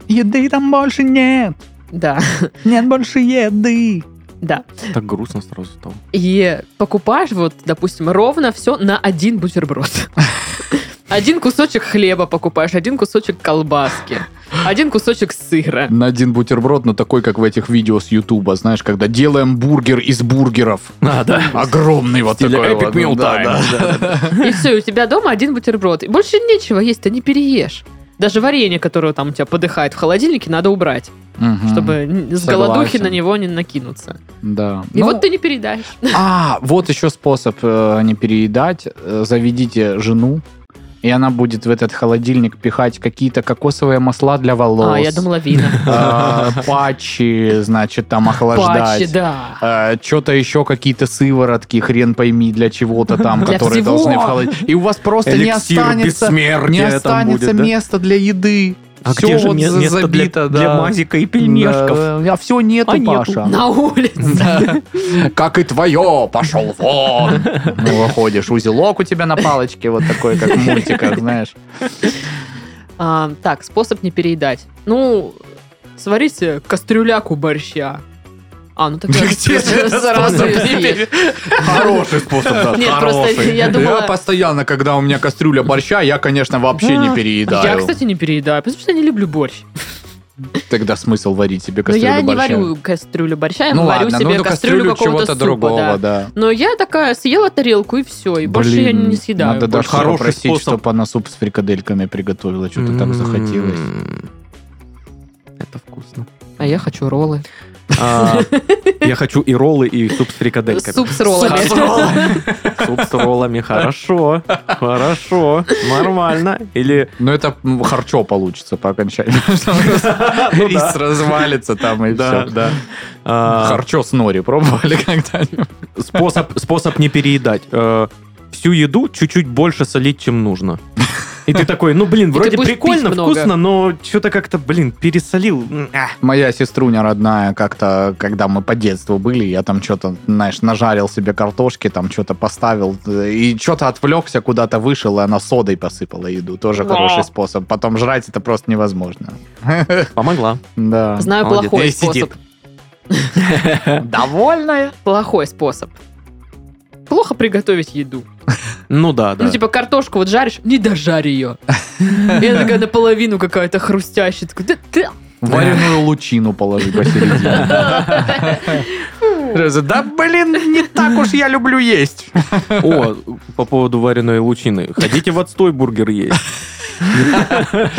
D: Еды там больше нет.
A: Да,
D: Нет больше еды.
A: да.
C: Так грустно сразу стало.
A: И покупаешь вот, допустим, ровно все на один бутерброд.
D: [LAUGHS]
A: Один кусочек хлеба покупаешь, один кусочек колбаски, один кусочек сыра.
D: На один бутерброд, но такой, как в этих видео с Ютуба, знаешь, когда делаем бургер из бургеров.
C: А, да.
D: Огромный вот
C: стиле
D: такой
C: Epic
D: вот.
C: Meal
D: Да,
C: Time.
D: да, [LAUGHS] да.
A: И все, у тебя дома один бутерброд. И больше нечего есть, ты не переешь. Даже варенье, которое там у тебя подыхает в холодильнике, надо убрать.
D: Мгм.
A: чтобы н- с
D: Согласен.
A: голодухи на него не накинуться.
D: Да.
A: И
D: Ну,
A: вот ты не передашь.
D: А, вот еще способ э, не переедать. Э, Заведите жену, и она будет в этот холодильник пихать какие-то кокосовые масла для волос.
A: А, я думала, вина.
D: Э, Патчи, значит, там охлаждать.
A: Патчи, да.
D: Что-то еще какие-то сыворотки, хрен пойми, для чего-то там,
A: Для
D: которые
A: всего.
D: должны в холодильник. И у вас просто не
C: Эликсир
D: останется,
C: бессмертия
D: не
C: там
D: останется
C: будет, да?
D: места для еды.
B: А
D: Всё
B: где же
D: вот
B: ме-
D: за-
B: место для-
D: забито,
B: для,
D: да.
B: мазика и пельмешков?
D: Да, а все нету,
B: А нету.
D: Паша.
A: На улице.
D: Да. Как и твое, пошел вон. Ну, выходишь, узелок у тебя на палочке, вот такой, [LAUGHS] как в мультиках, знаешь.
A: А, так, способ не переедать. Ну, сварите кастрюляку борща. А, ну тогда сразу и съешь.
D: Хороший способ, да.
A: Нет, просто я думала...
D: постоянно, когда у меня кастрюля борща, я, конечно, вообще не
A: А, Я,
D: переедаю.
A: кстати, не переедаю, потому что я не люблю борщ.
D: Тогда смысл варить себе
A: Но я
D: кастрюлю
A: не
D: борща?
A: варю кастрюлю борща, я
D: Ну
A: варю
D: ладно,
A: себе
D: ну
A: кастрюлю, какого-то
D: чего-то
A: супа,
D: другого,
A: да.
D: да.
A: Но я такая съела тарелку и все, и больше я
D: Блин,
A: не съедаю.
D: Надо даже
C: Хороший
D: попросить,
C: способ.
D: чтобы она суп с фрикадельками приготовила, что-то там захотелось.
C: М. М-м. Это вкусно.
A: А я хочу роллы.
C: А, Я хочу и роллы, и суп с фрикадельками.
A: Суп с роллами.
C: Суп с Суп с роллами, хорошо, хорошо, нормально. Или
D: Ну, это м, харчо получится
C: [LAUGHS]
D: по окончанию. Рис развалится там и
C: Ну да,
D: все.
C: да. А,
D: Харчо с нори пробовали [LAUGHS] когда-нибудь?
C: Способ, способ не переедать. Э, Всю еду чуть-чуть больше солить, чем нужно. И ты такой, ну блин,
A: ты
C: вроде
A: будешь
C: прикольно,
A: пить много.
C: вкусно, но что-то как-то, блин, пересолил. М, а.
D: Моя сеструня родная как-то, когда мы по детству были, я там что-то, знаешь, нажарил себе картошки, там что-то поставил, э, и что-то отвлекся, куда-то вышел, и она содой посыпала еду. Тоже
A: Да.
D: хороший способ. Потом жрать это просто невозможно.
C: Помогла.
D: Да.
A: Знаю
C: Молодец.
A: плохой
C: И сидит.
A: способ.
D: [LAUGHS]
A: Довольная. Плохой способ. Плохо приготовить еду.
C: Ну да, да.
A: Ну, типа, картошку вот жаришь, не дожарь
D: [LAUGHS]
A: ее. И она такая наполовину какая-то хрустящая. такой, «Да ну, ты-
D: Вареную лучину положи посередине. Раз, Да блин, не так уж я люблю есть.
C: О, по поводу вареной лучины. Ходите в отстой, бургер есть.
A: Ну, давай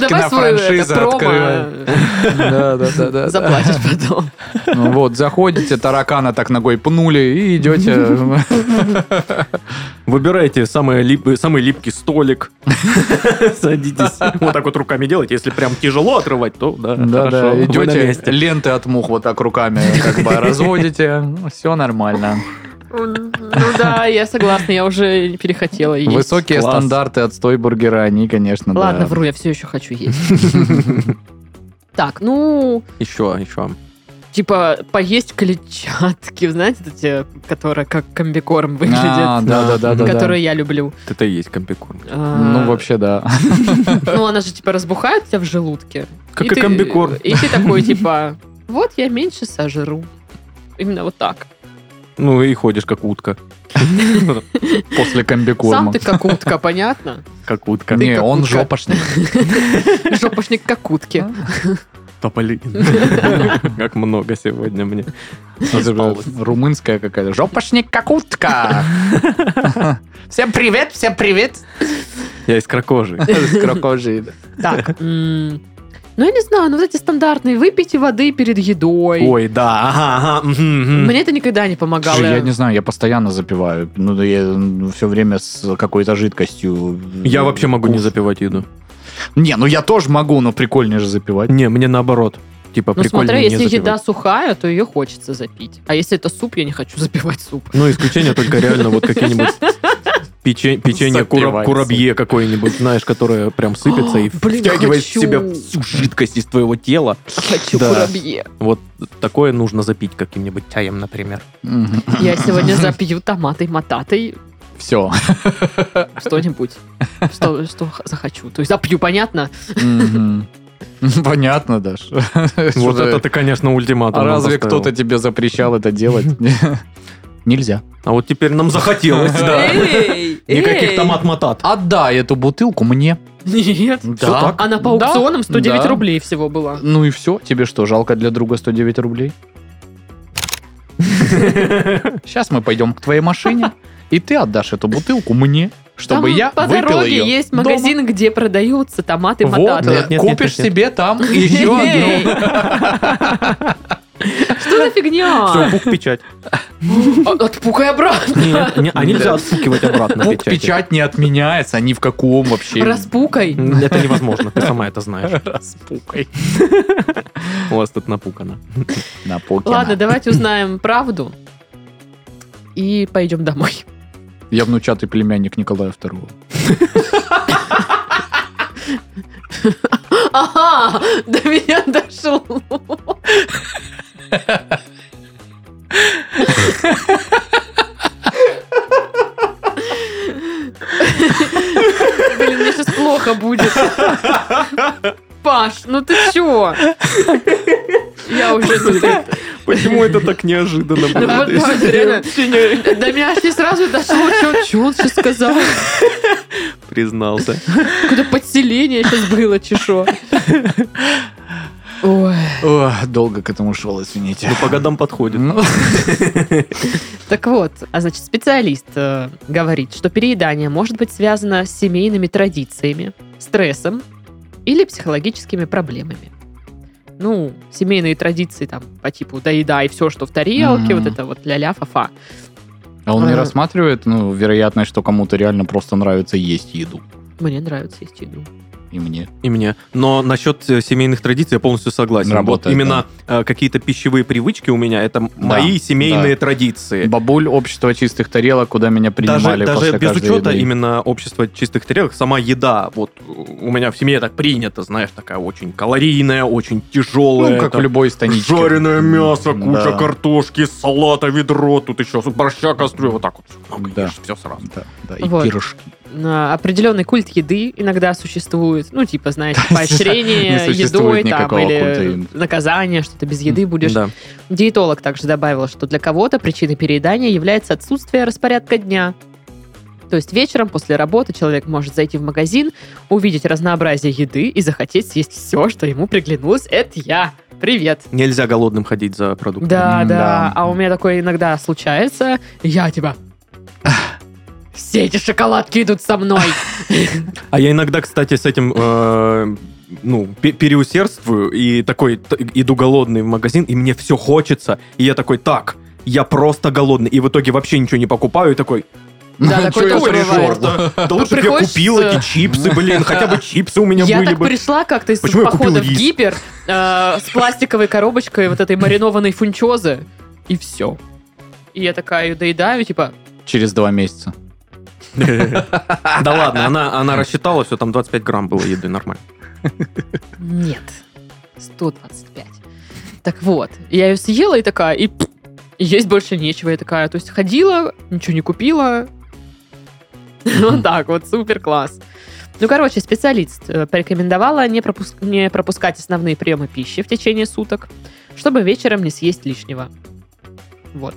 D: Сашкина
A: свой
D: франшиза открыла. [LAUGHS] Да, да, да,
A: [LAUGHS]
D: да.
A: заплатишь потом.
D: Ну Вот, заходите, таракана так ногой пнули и идете.
C: Выбирайте самое лип- самый липкий столик. [LAUGHS] Садитесь. Вот так вот руками делайте. Если прям тяжело отрывать, то да,
D: [LAUGHS] Да,
C: хорошо.
D: да,
C: вы на
D: идете,
C: месте.
D: ленты от мух вот так руками как [LAUGHS] бы разводите. Все нормально.
A: Ну да, я согласна, я уже перехотела есть.
D: Высокие
C: класс.
D: стандарты от стойбургера, они, конечно, ну да.
A: Ладно, вру, я все еще хочу
D: [LAUGHS]
A: есть. Так, ну,
C: Еще, еще.
A: типа, поесть клетчатки, знаете, эти, которые как комбикорм
D: А,
A: выглядят,
D: да, да, да, да. да.
A: которые я люблю.
C: Это и есть комбикорм.
A: А,
D: Ну,
A: [LAUGHS]
D: вообще, да.
A: Ну, она же, типа, разбухает у тебя в желудке.
C: Как и
A: ты-
C: комбикорм.
A: [LAUGHS] И ты такой,
C: [LAUGHS]
A: типа, вот я меньше сожру. Именно вот так.
C: Ну и ходишь как утка.
D: После
A: Сам
D: комбикорма.
A: ты как утка, понятно?
C: Как утка.
D: Не,
A: как
D: он
A: утка.
D: жопошник.
A: [LAUGHS] Жопошник как утки.
C: Тополин.
A: [LAUGHS]
C: Как много сегодня мне.
D: Ну, типа, Румынская какая-то. Жопошник как утка. [LAUGHS] Всем привет, всем привет.
C: Я из крокожий.
D: Скорокожий, да.
A: Так. м, Ну, я не знаю, ну, вот эти стандартные. Выпейте воды перед едой.
C: Ой, да, ага, ага. мгм, мгм.
A: Мне это никогда не помогало.
D: Слушай, Я не знаю, я постоянно запиваю. Ну, да я все время с какой-то жидкостью.
C: Я вообще могу не
D: Уф.
C: запивать еду.
D: Не, ну я тоже могу, но прикольнее же запивать.
C: Не, мне наоборот. Типа,
A: Ну,
C: прикольно
A: смотря,
C: не
A: если
C: запивать.
A: еда сухая, то ее хочется запить. А если это суп, я не хочу [LAUGHS] запивать суп.
C: Ну, исключение только реально вот какие-нибудь
A: [LAUGHS]
C: печень- печенье кураб-
D: Запивается.
C: курабье какое-нибудь, знаешь, которое прям сыпется и
A: О, [GASPS] блин,
C: втягивает в
A: хочу.
C: себя всю жидкость из твоего тела.
A: Хочу
C: Да.
A: курабье.
C: Вот такое нужно запить каким-нибудь чаем, например.
D: Мгм.
A: Я
C: [LAUGHS]
A: сегодня запью томатой, мататой,
D: Все.
A: что-нибудь. Что, что х- захочу. То есть запью, понятно?
D: Мгм. [LAUGHS] Понятно, Даш. [LAUGHS]
C: Вот
D: Что-то-
C: это ты, конечно, ультиматум.
D: А
C: нам
D: разве
C: поставил.
D: кто-то тебе запрещал это
C: [LAUGHS]
D: делать? Нельзя.
C: А вот теперь
A: [LAUGHS]
C: нам захотелось, да.
A: Эй,
C: Никаких
A: эй.
C: томат-матат.
D: Отдай эту бутылку мне.
A: Нет. А
D: Да.
A: Она по аукционам 109
D: Да.
A: рублей всего была.
D: Ну и все. Тебе что, жалко для друга
C: [LAUGHS]
D: 109 рублей? Сейчас мы пойдем к твоей машине, и ты отдашь эту бутылку мне, чтобы
A: Там
D: я
A: по
D: выпил
A: дороге
D: ее.
A: есть магазин, где продаются томаты,
D: Вот, э,
A: мататы.
C: Нет, нет, нет,
D: купишь
C: нет.
D: себе там
A: [LAUGHS]
D: еще
A: Эй.
D: одну.
A: Что за
C: Все,
A: фигня?
C: пук печать.
A: От- Отпукай обратно.
C: Нет, А. не- а нельзя
D: Да.
C: отпукивать обратно
D: Пук
C: печати.
D: печать не отменяется, ни в каком вообще.
A: Распукай.
C: Это невозможно, ты сама это знаешь.
D: Распукай.
C: У вас тут напукано.
D: На покер.
A: Ладно, давайте узнаем правду и пойдем домой.
D: Я внучатый племянник Николая Второго.
A: Ага, до меня дошло. Блин, мне сейчас плохо будет. Паш, ну ты чего? Я уже тут
C: Почему это так неожиданно
A: Ну,
C: было?
A: вот,
C: Я
A: правда, реально.
C: вообще не
A: До меня аж не сразу дошло, что он сейчас сказал.
C: Признался.
A: Какое-то подселение сейчас было, чешо. Ой,
D: О, долго к этому шел, извините.
C: Ну, по годам подходит.
D: Ну,
A: так вот, а значит, специалист э, говорит, что переедание может быть связано с семейными традициями, стрессом или психологическими проблемами. Ну, семейные традиции там по типу доедай все, что в тарелке,
D: Мгм.
A: вот это вот ля-ля, фа-фа.
D: А он не
A: Ага.
D: рассматривает, ну, вероятность, что кому-то реально просто нравится есть еду.
A: Мне нравится есть еду.
D: И мне.
C: И мне. Но насчет э, семейных традиций я полностью согласен.
D: Работает,
C: Вот именно э, какие-то пищевые привычки у меня это мои семейные традиции.
D: Бабуль, общество чистых тарелок, куда меня
C: Э. Даже,
D: принимали
C: даже
D: после
C: без
D: каждой
C: учета
D: еды.
C: именно общества чистых тарелок, сама еда, вот э, у меня в семье так принято, знаешь, такая очень калорийная, очень тяжелая.
D: Ну, как
C: там
D: в любой станичке.
C: Жареное мясо, куча
D: Да.
C: картошки, салата, ведро, тут еще борща, кастрюля, вот так вот. Много
D: Да.
C: ешь, все сразу.
D: Да, да, и
A: Вот.
D: пирожки.
A: а, определенный культ еды иногда существует. Ну, типа,
D: [LAUGHS]
A: знаешь,
D: Не
A: поощрение
D: существует
A: едой там,
D: никакого культа
A: или
D: еды.
A: наказание, что ты без еды будешь.
C: Да.
A: Диетолог также добавил, что для кого-то причиной переедания является отсутствие распорядка дня. То есть вечером после работы человек может зайти в магазин, увидеть разнообразие еды и захотеть съесть все, что ему приглянулось. Это я. Привет.
C: Нельзя голодным ходить за продуктами.
A: Да, да.
D: М-да.
A: А у меня такое иногда случается. Я типа... «Ах, Все эти шоколадки идут со
C: [LAUGHS]
A: мной.
C: А я иногда, кстати, с этим э, ну, пе- переусердствую и такой т- иду голодный в магазин, и мне все хочется. И я такой, так, я просто голодный. И в итоге вообще ничего не покупаю. И такой,
A: Да, такое
C: Ну, «Чё я
A: тоже бывает.
C: решил-то?
A: [LAUGHS]
C: Да лучше бы я
A: Приходишь
C: купил
A: с- э,
C: эти чипсы, блин, хотя
A: [LAUGHS]
C: бы чипсы у меня
A: Я
C: были
A: так
C: бы.
A: пришла как-то из
C: Почему я купил
A: похода в
C: рис?
A: гипер э, с пластиковой коробочкой вот этой маринованной фунчозы, и все. И я такая ее доедаю, типа,
D: Через два месяца.
C: Да
A: [LAUGHS]
C: ладно, она, она рассчитала, все, там 25 грамм было еды, нормально.
A: нет, 125. Так вот, я ее съела и такая, и пф, и есть больше нечего. Я такая, то есть ходила, ничего не купила. [LAUGHS] Вот так вот, супер класс. Ну, короче, специалист э, порекомендовала не, пропуск- не пропускать основные приемы пищи в течение суток, чтобы вечером не съесть лишнего. Вот.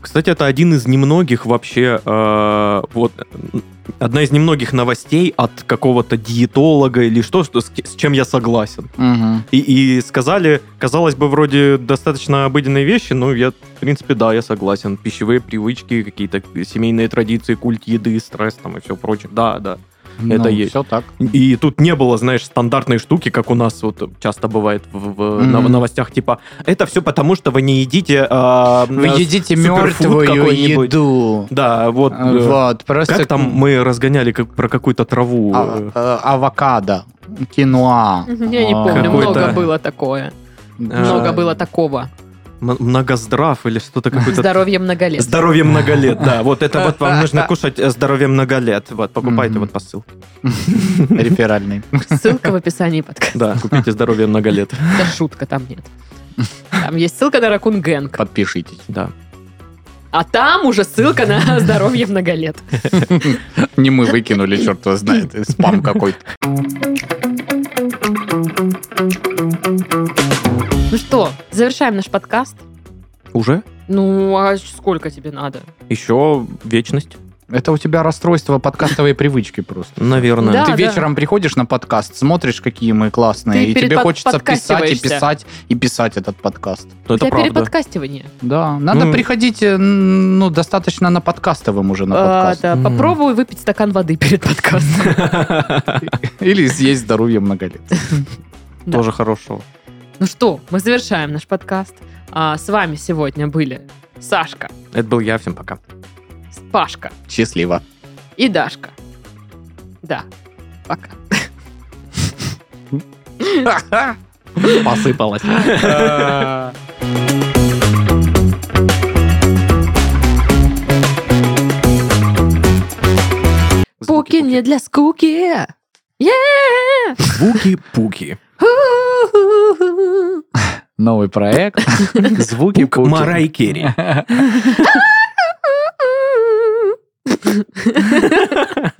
C: Кстати, это один из немногих вообще, э, вот, м, одна из немногих новостей от какого-то диетолога или что, что с, к- с чем я согласен.
D: Мгм.
C: И, и сказали, казалось бы, вроде достаточно обыденные вещи, но я, в принципе, да, я согласен. Пищевые привычки, какие-то семейные традиции, культ еды, стресс там и все прочее. Да, да. Это
D: Ну,
C: есть.
D: Все так.
C: И тут не было, знаешь, стандартной штуки, как у нас вот часто бывает в, в
D: Мгм.
C: нов- новостях, типа, это все потому, что вы не едите... а,
D: Вы
C: а,
D: едите
C: суперфуд
D: мертвую
C: какой-нибудь.
D: еду.
C: Да, вот.
D: А,
C: э,
D: Вот, просто...
C: Как там мы разгоняли как- про какую-то траву?
D: А-
C: э,
D: э, авокадо, киноа.
A: Я не
D: А,
A: помню,
C: Какой-то-
A: много было такое. Много
C: А,
A: было такого.
C: м- Многоздрав или что-то какое-то...
A: Здоровье многолет.
C: Здоровье многолет, да. Вот это вот вам
D: [LAUGHS]
C: нужно кушать э, здоровье многолет. Вот, покупайте
D: Мгм.
C: вот по ссылке.
D: Ну,
C: [LAUGHS]
D: Реферальный.
A: Ссылка в описании подкаста.
C: Да, купите здоровье многолет.
A: Это шутка, там нет. Там есть ссылка на Ракун Гэнг.
D: Подпишитесь.
C: Да.
A: А там уже ссылка на [LAUGHS] здоровье многолет.
D: Не мы выкинули, черт
C: [LAUGHS]
D: его знает. Спам какой-то.
A: Ну что, завершаем наш подкаст.
C: Уже?
A: Ну, а сколько тебе надо?
C: Еще вечность,
D: Это у тебя расстройство подкастовой привычки просто.
C: наверное.
A: А, Да,
D: Ты вечером приходишь на подкаст, смотришь, какие мы классные,
A: Ты
D: и тебе
A: перепод-
D: хочется писать и
A: подкастиваешься.
D: писать и писать этот подкаст.
A: У
C: Но это
A: тебя
C: правда.
A: переподкастивание.
D: Да, надо
C: Ну.
D: приходить, э, ну, достаточно на подкастовом уже на
A: А,
D: подкаст.
A: да,
C: М.
A: Попробуй выпить стакан воды перед подкастом.
D: [LAUGHS] Или съесть здоровье многолет.
A: Да.
C: Тоже хорошо.
A: Ну что, мы завершаем наш подкаст. А, С вами сегодня были Сашка,
C: Это был я, всем [LAUGHS] пока.
A: Пашка,
D: Счастливо.
A: и Дашка. Да. Пока.
C: Посыпалось.
A: Пуки не для скуки. Yeah!
C: Звуки-пуки.
A: У-ху-ху-ху.
D: Новый проект. Звуки
C: Пук Марай Керри.
A: У-у-у.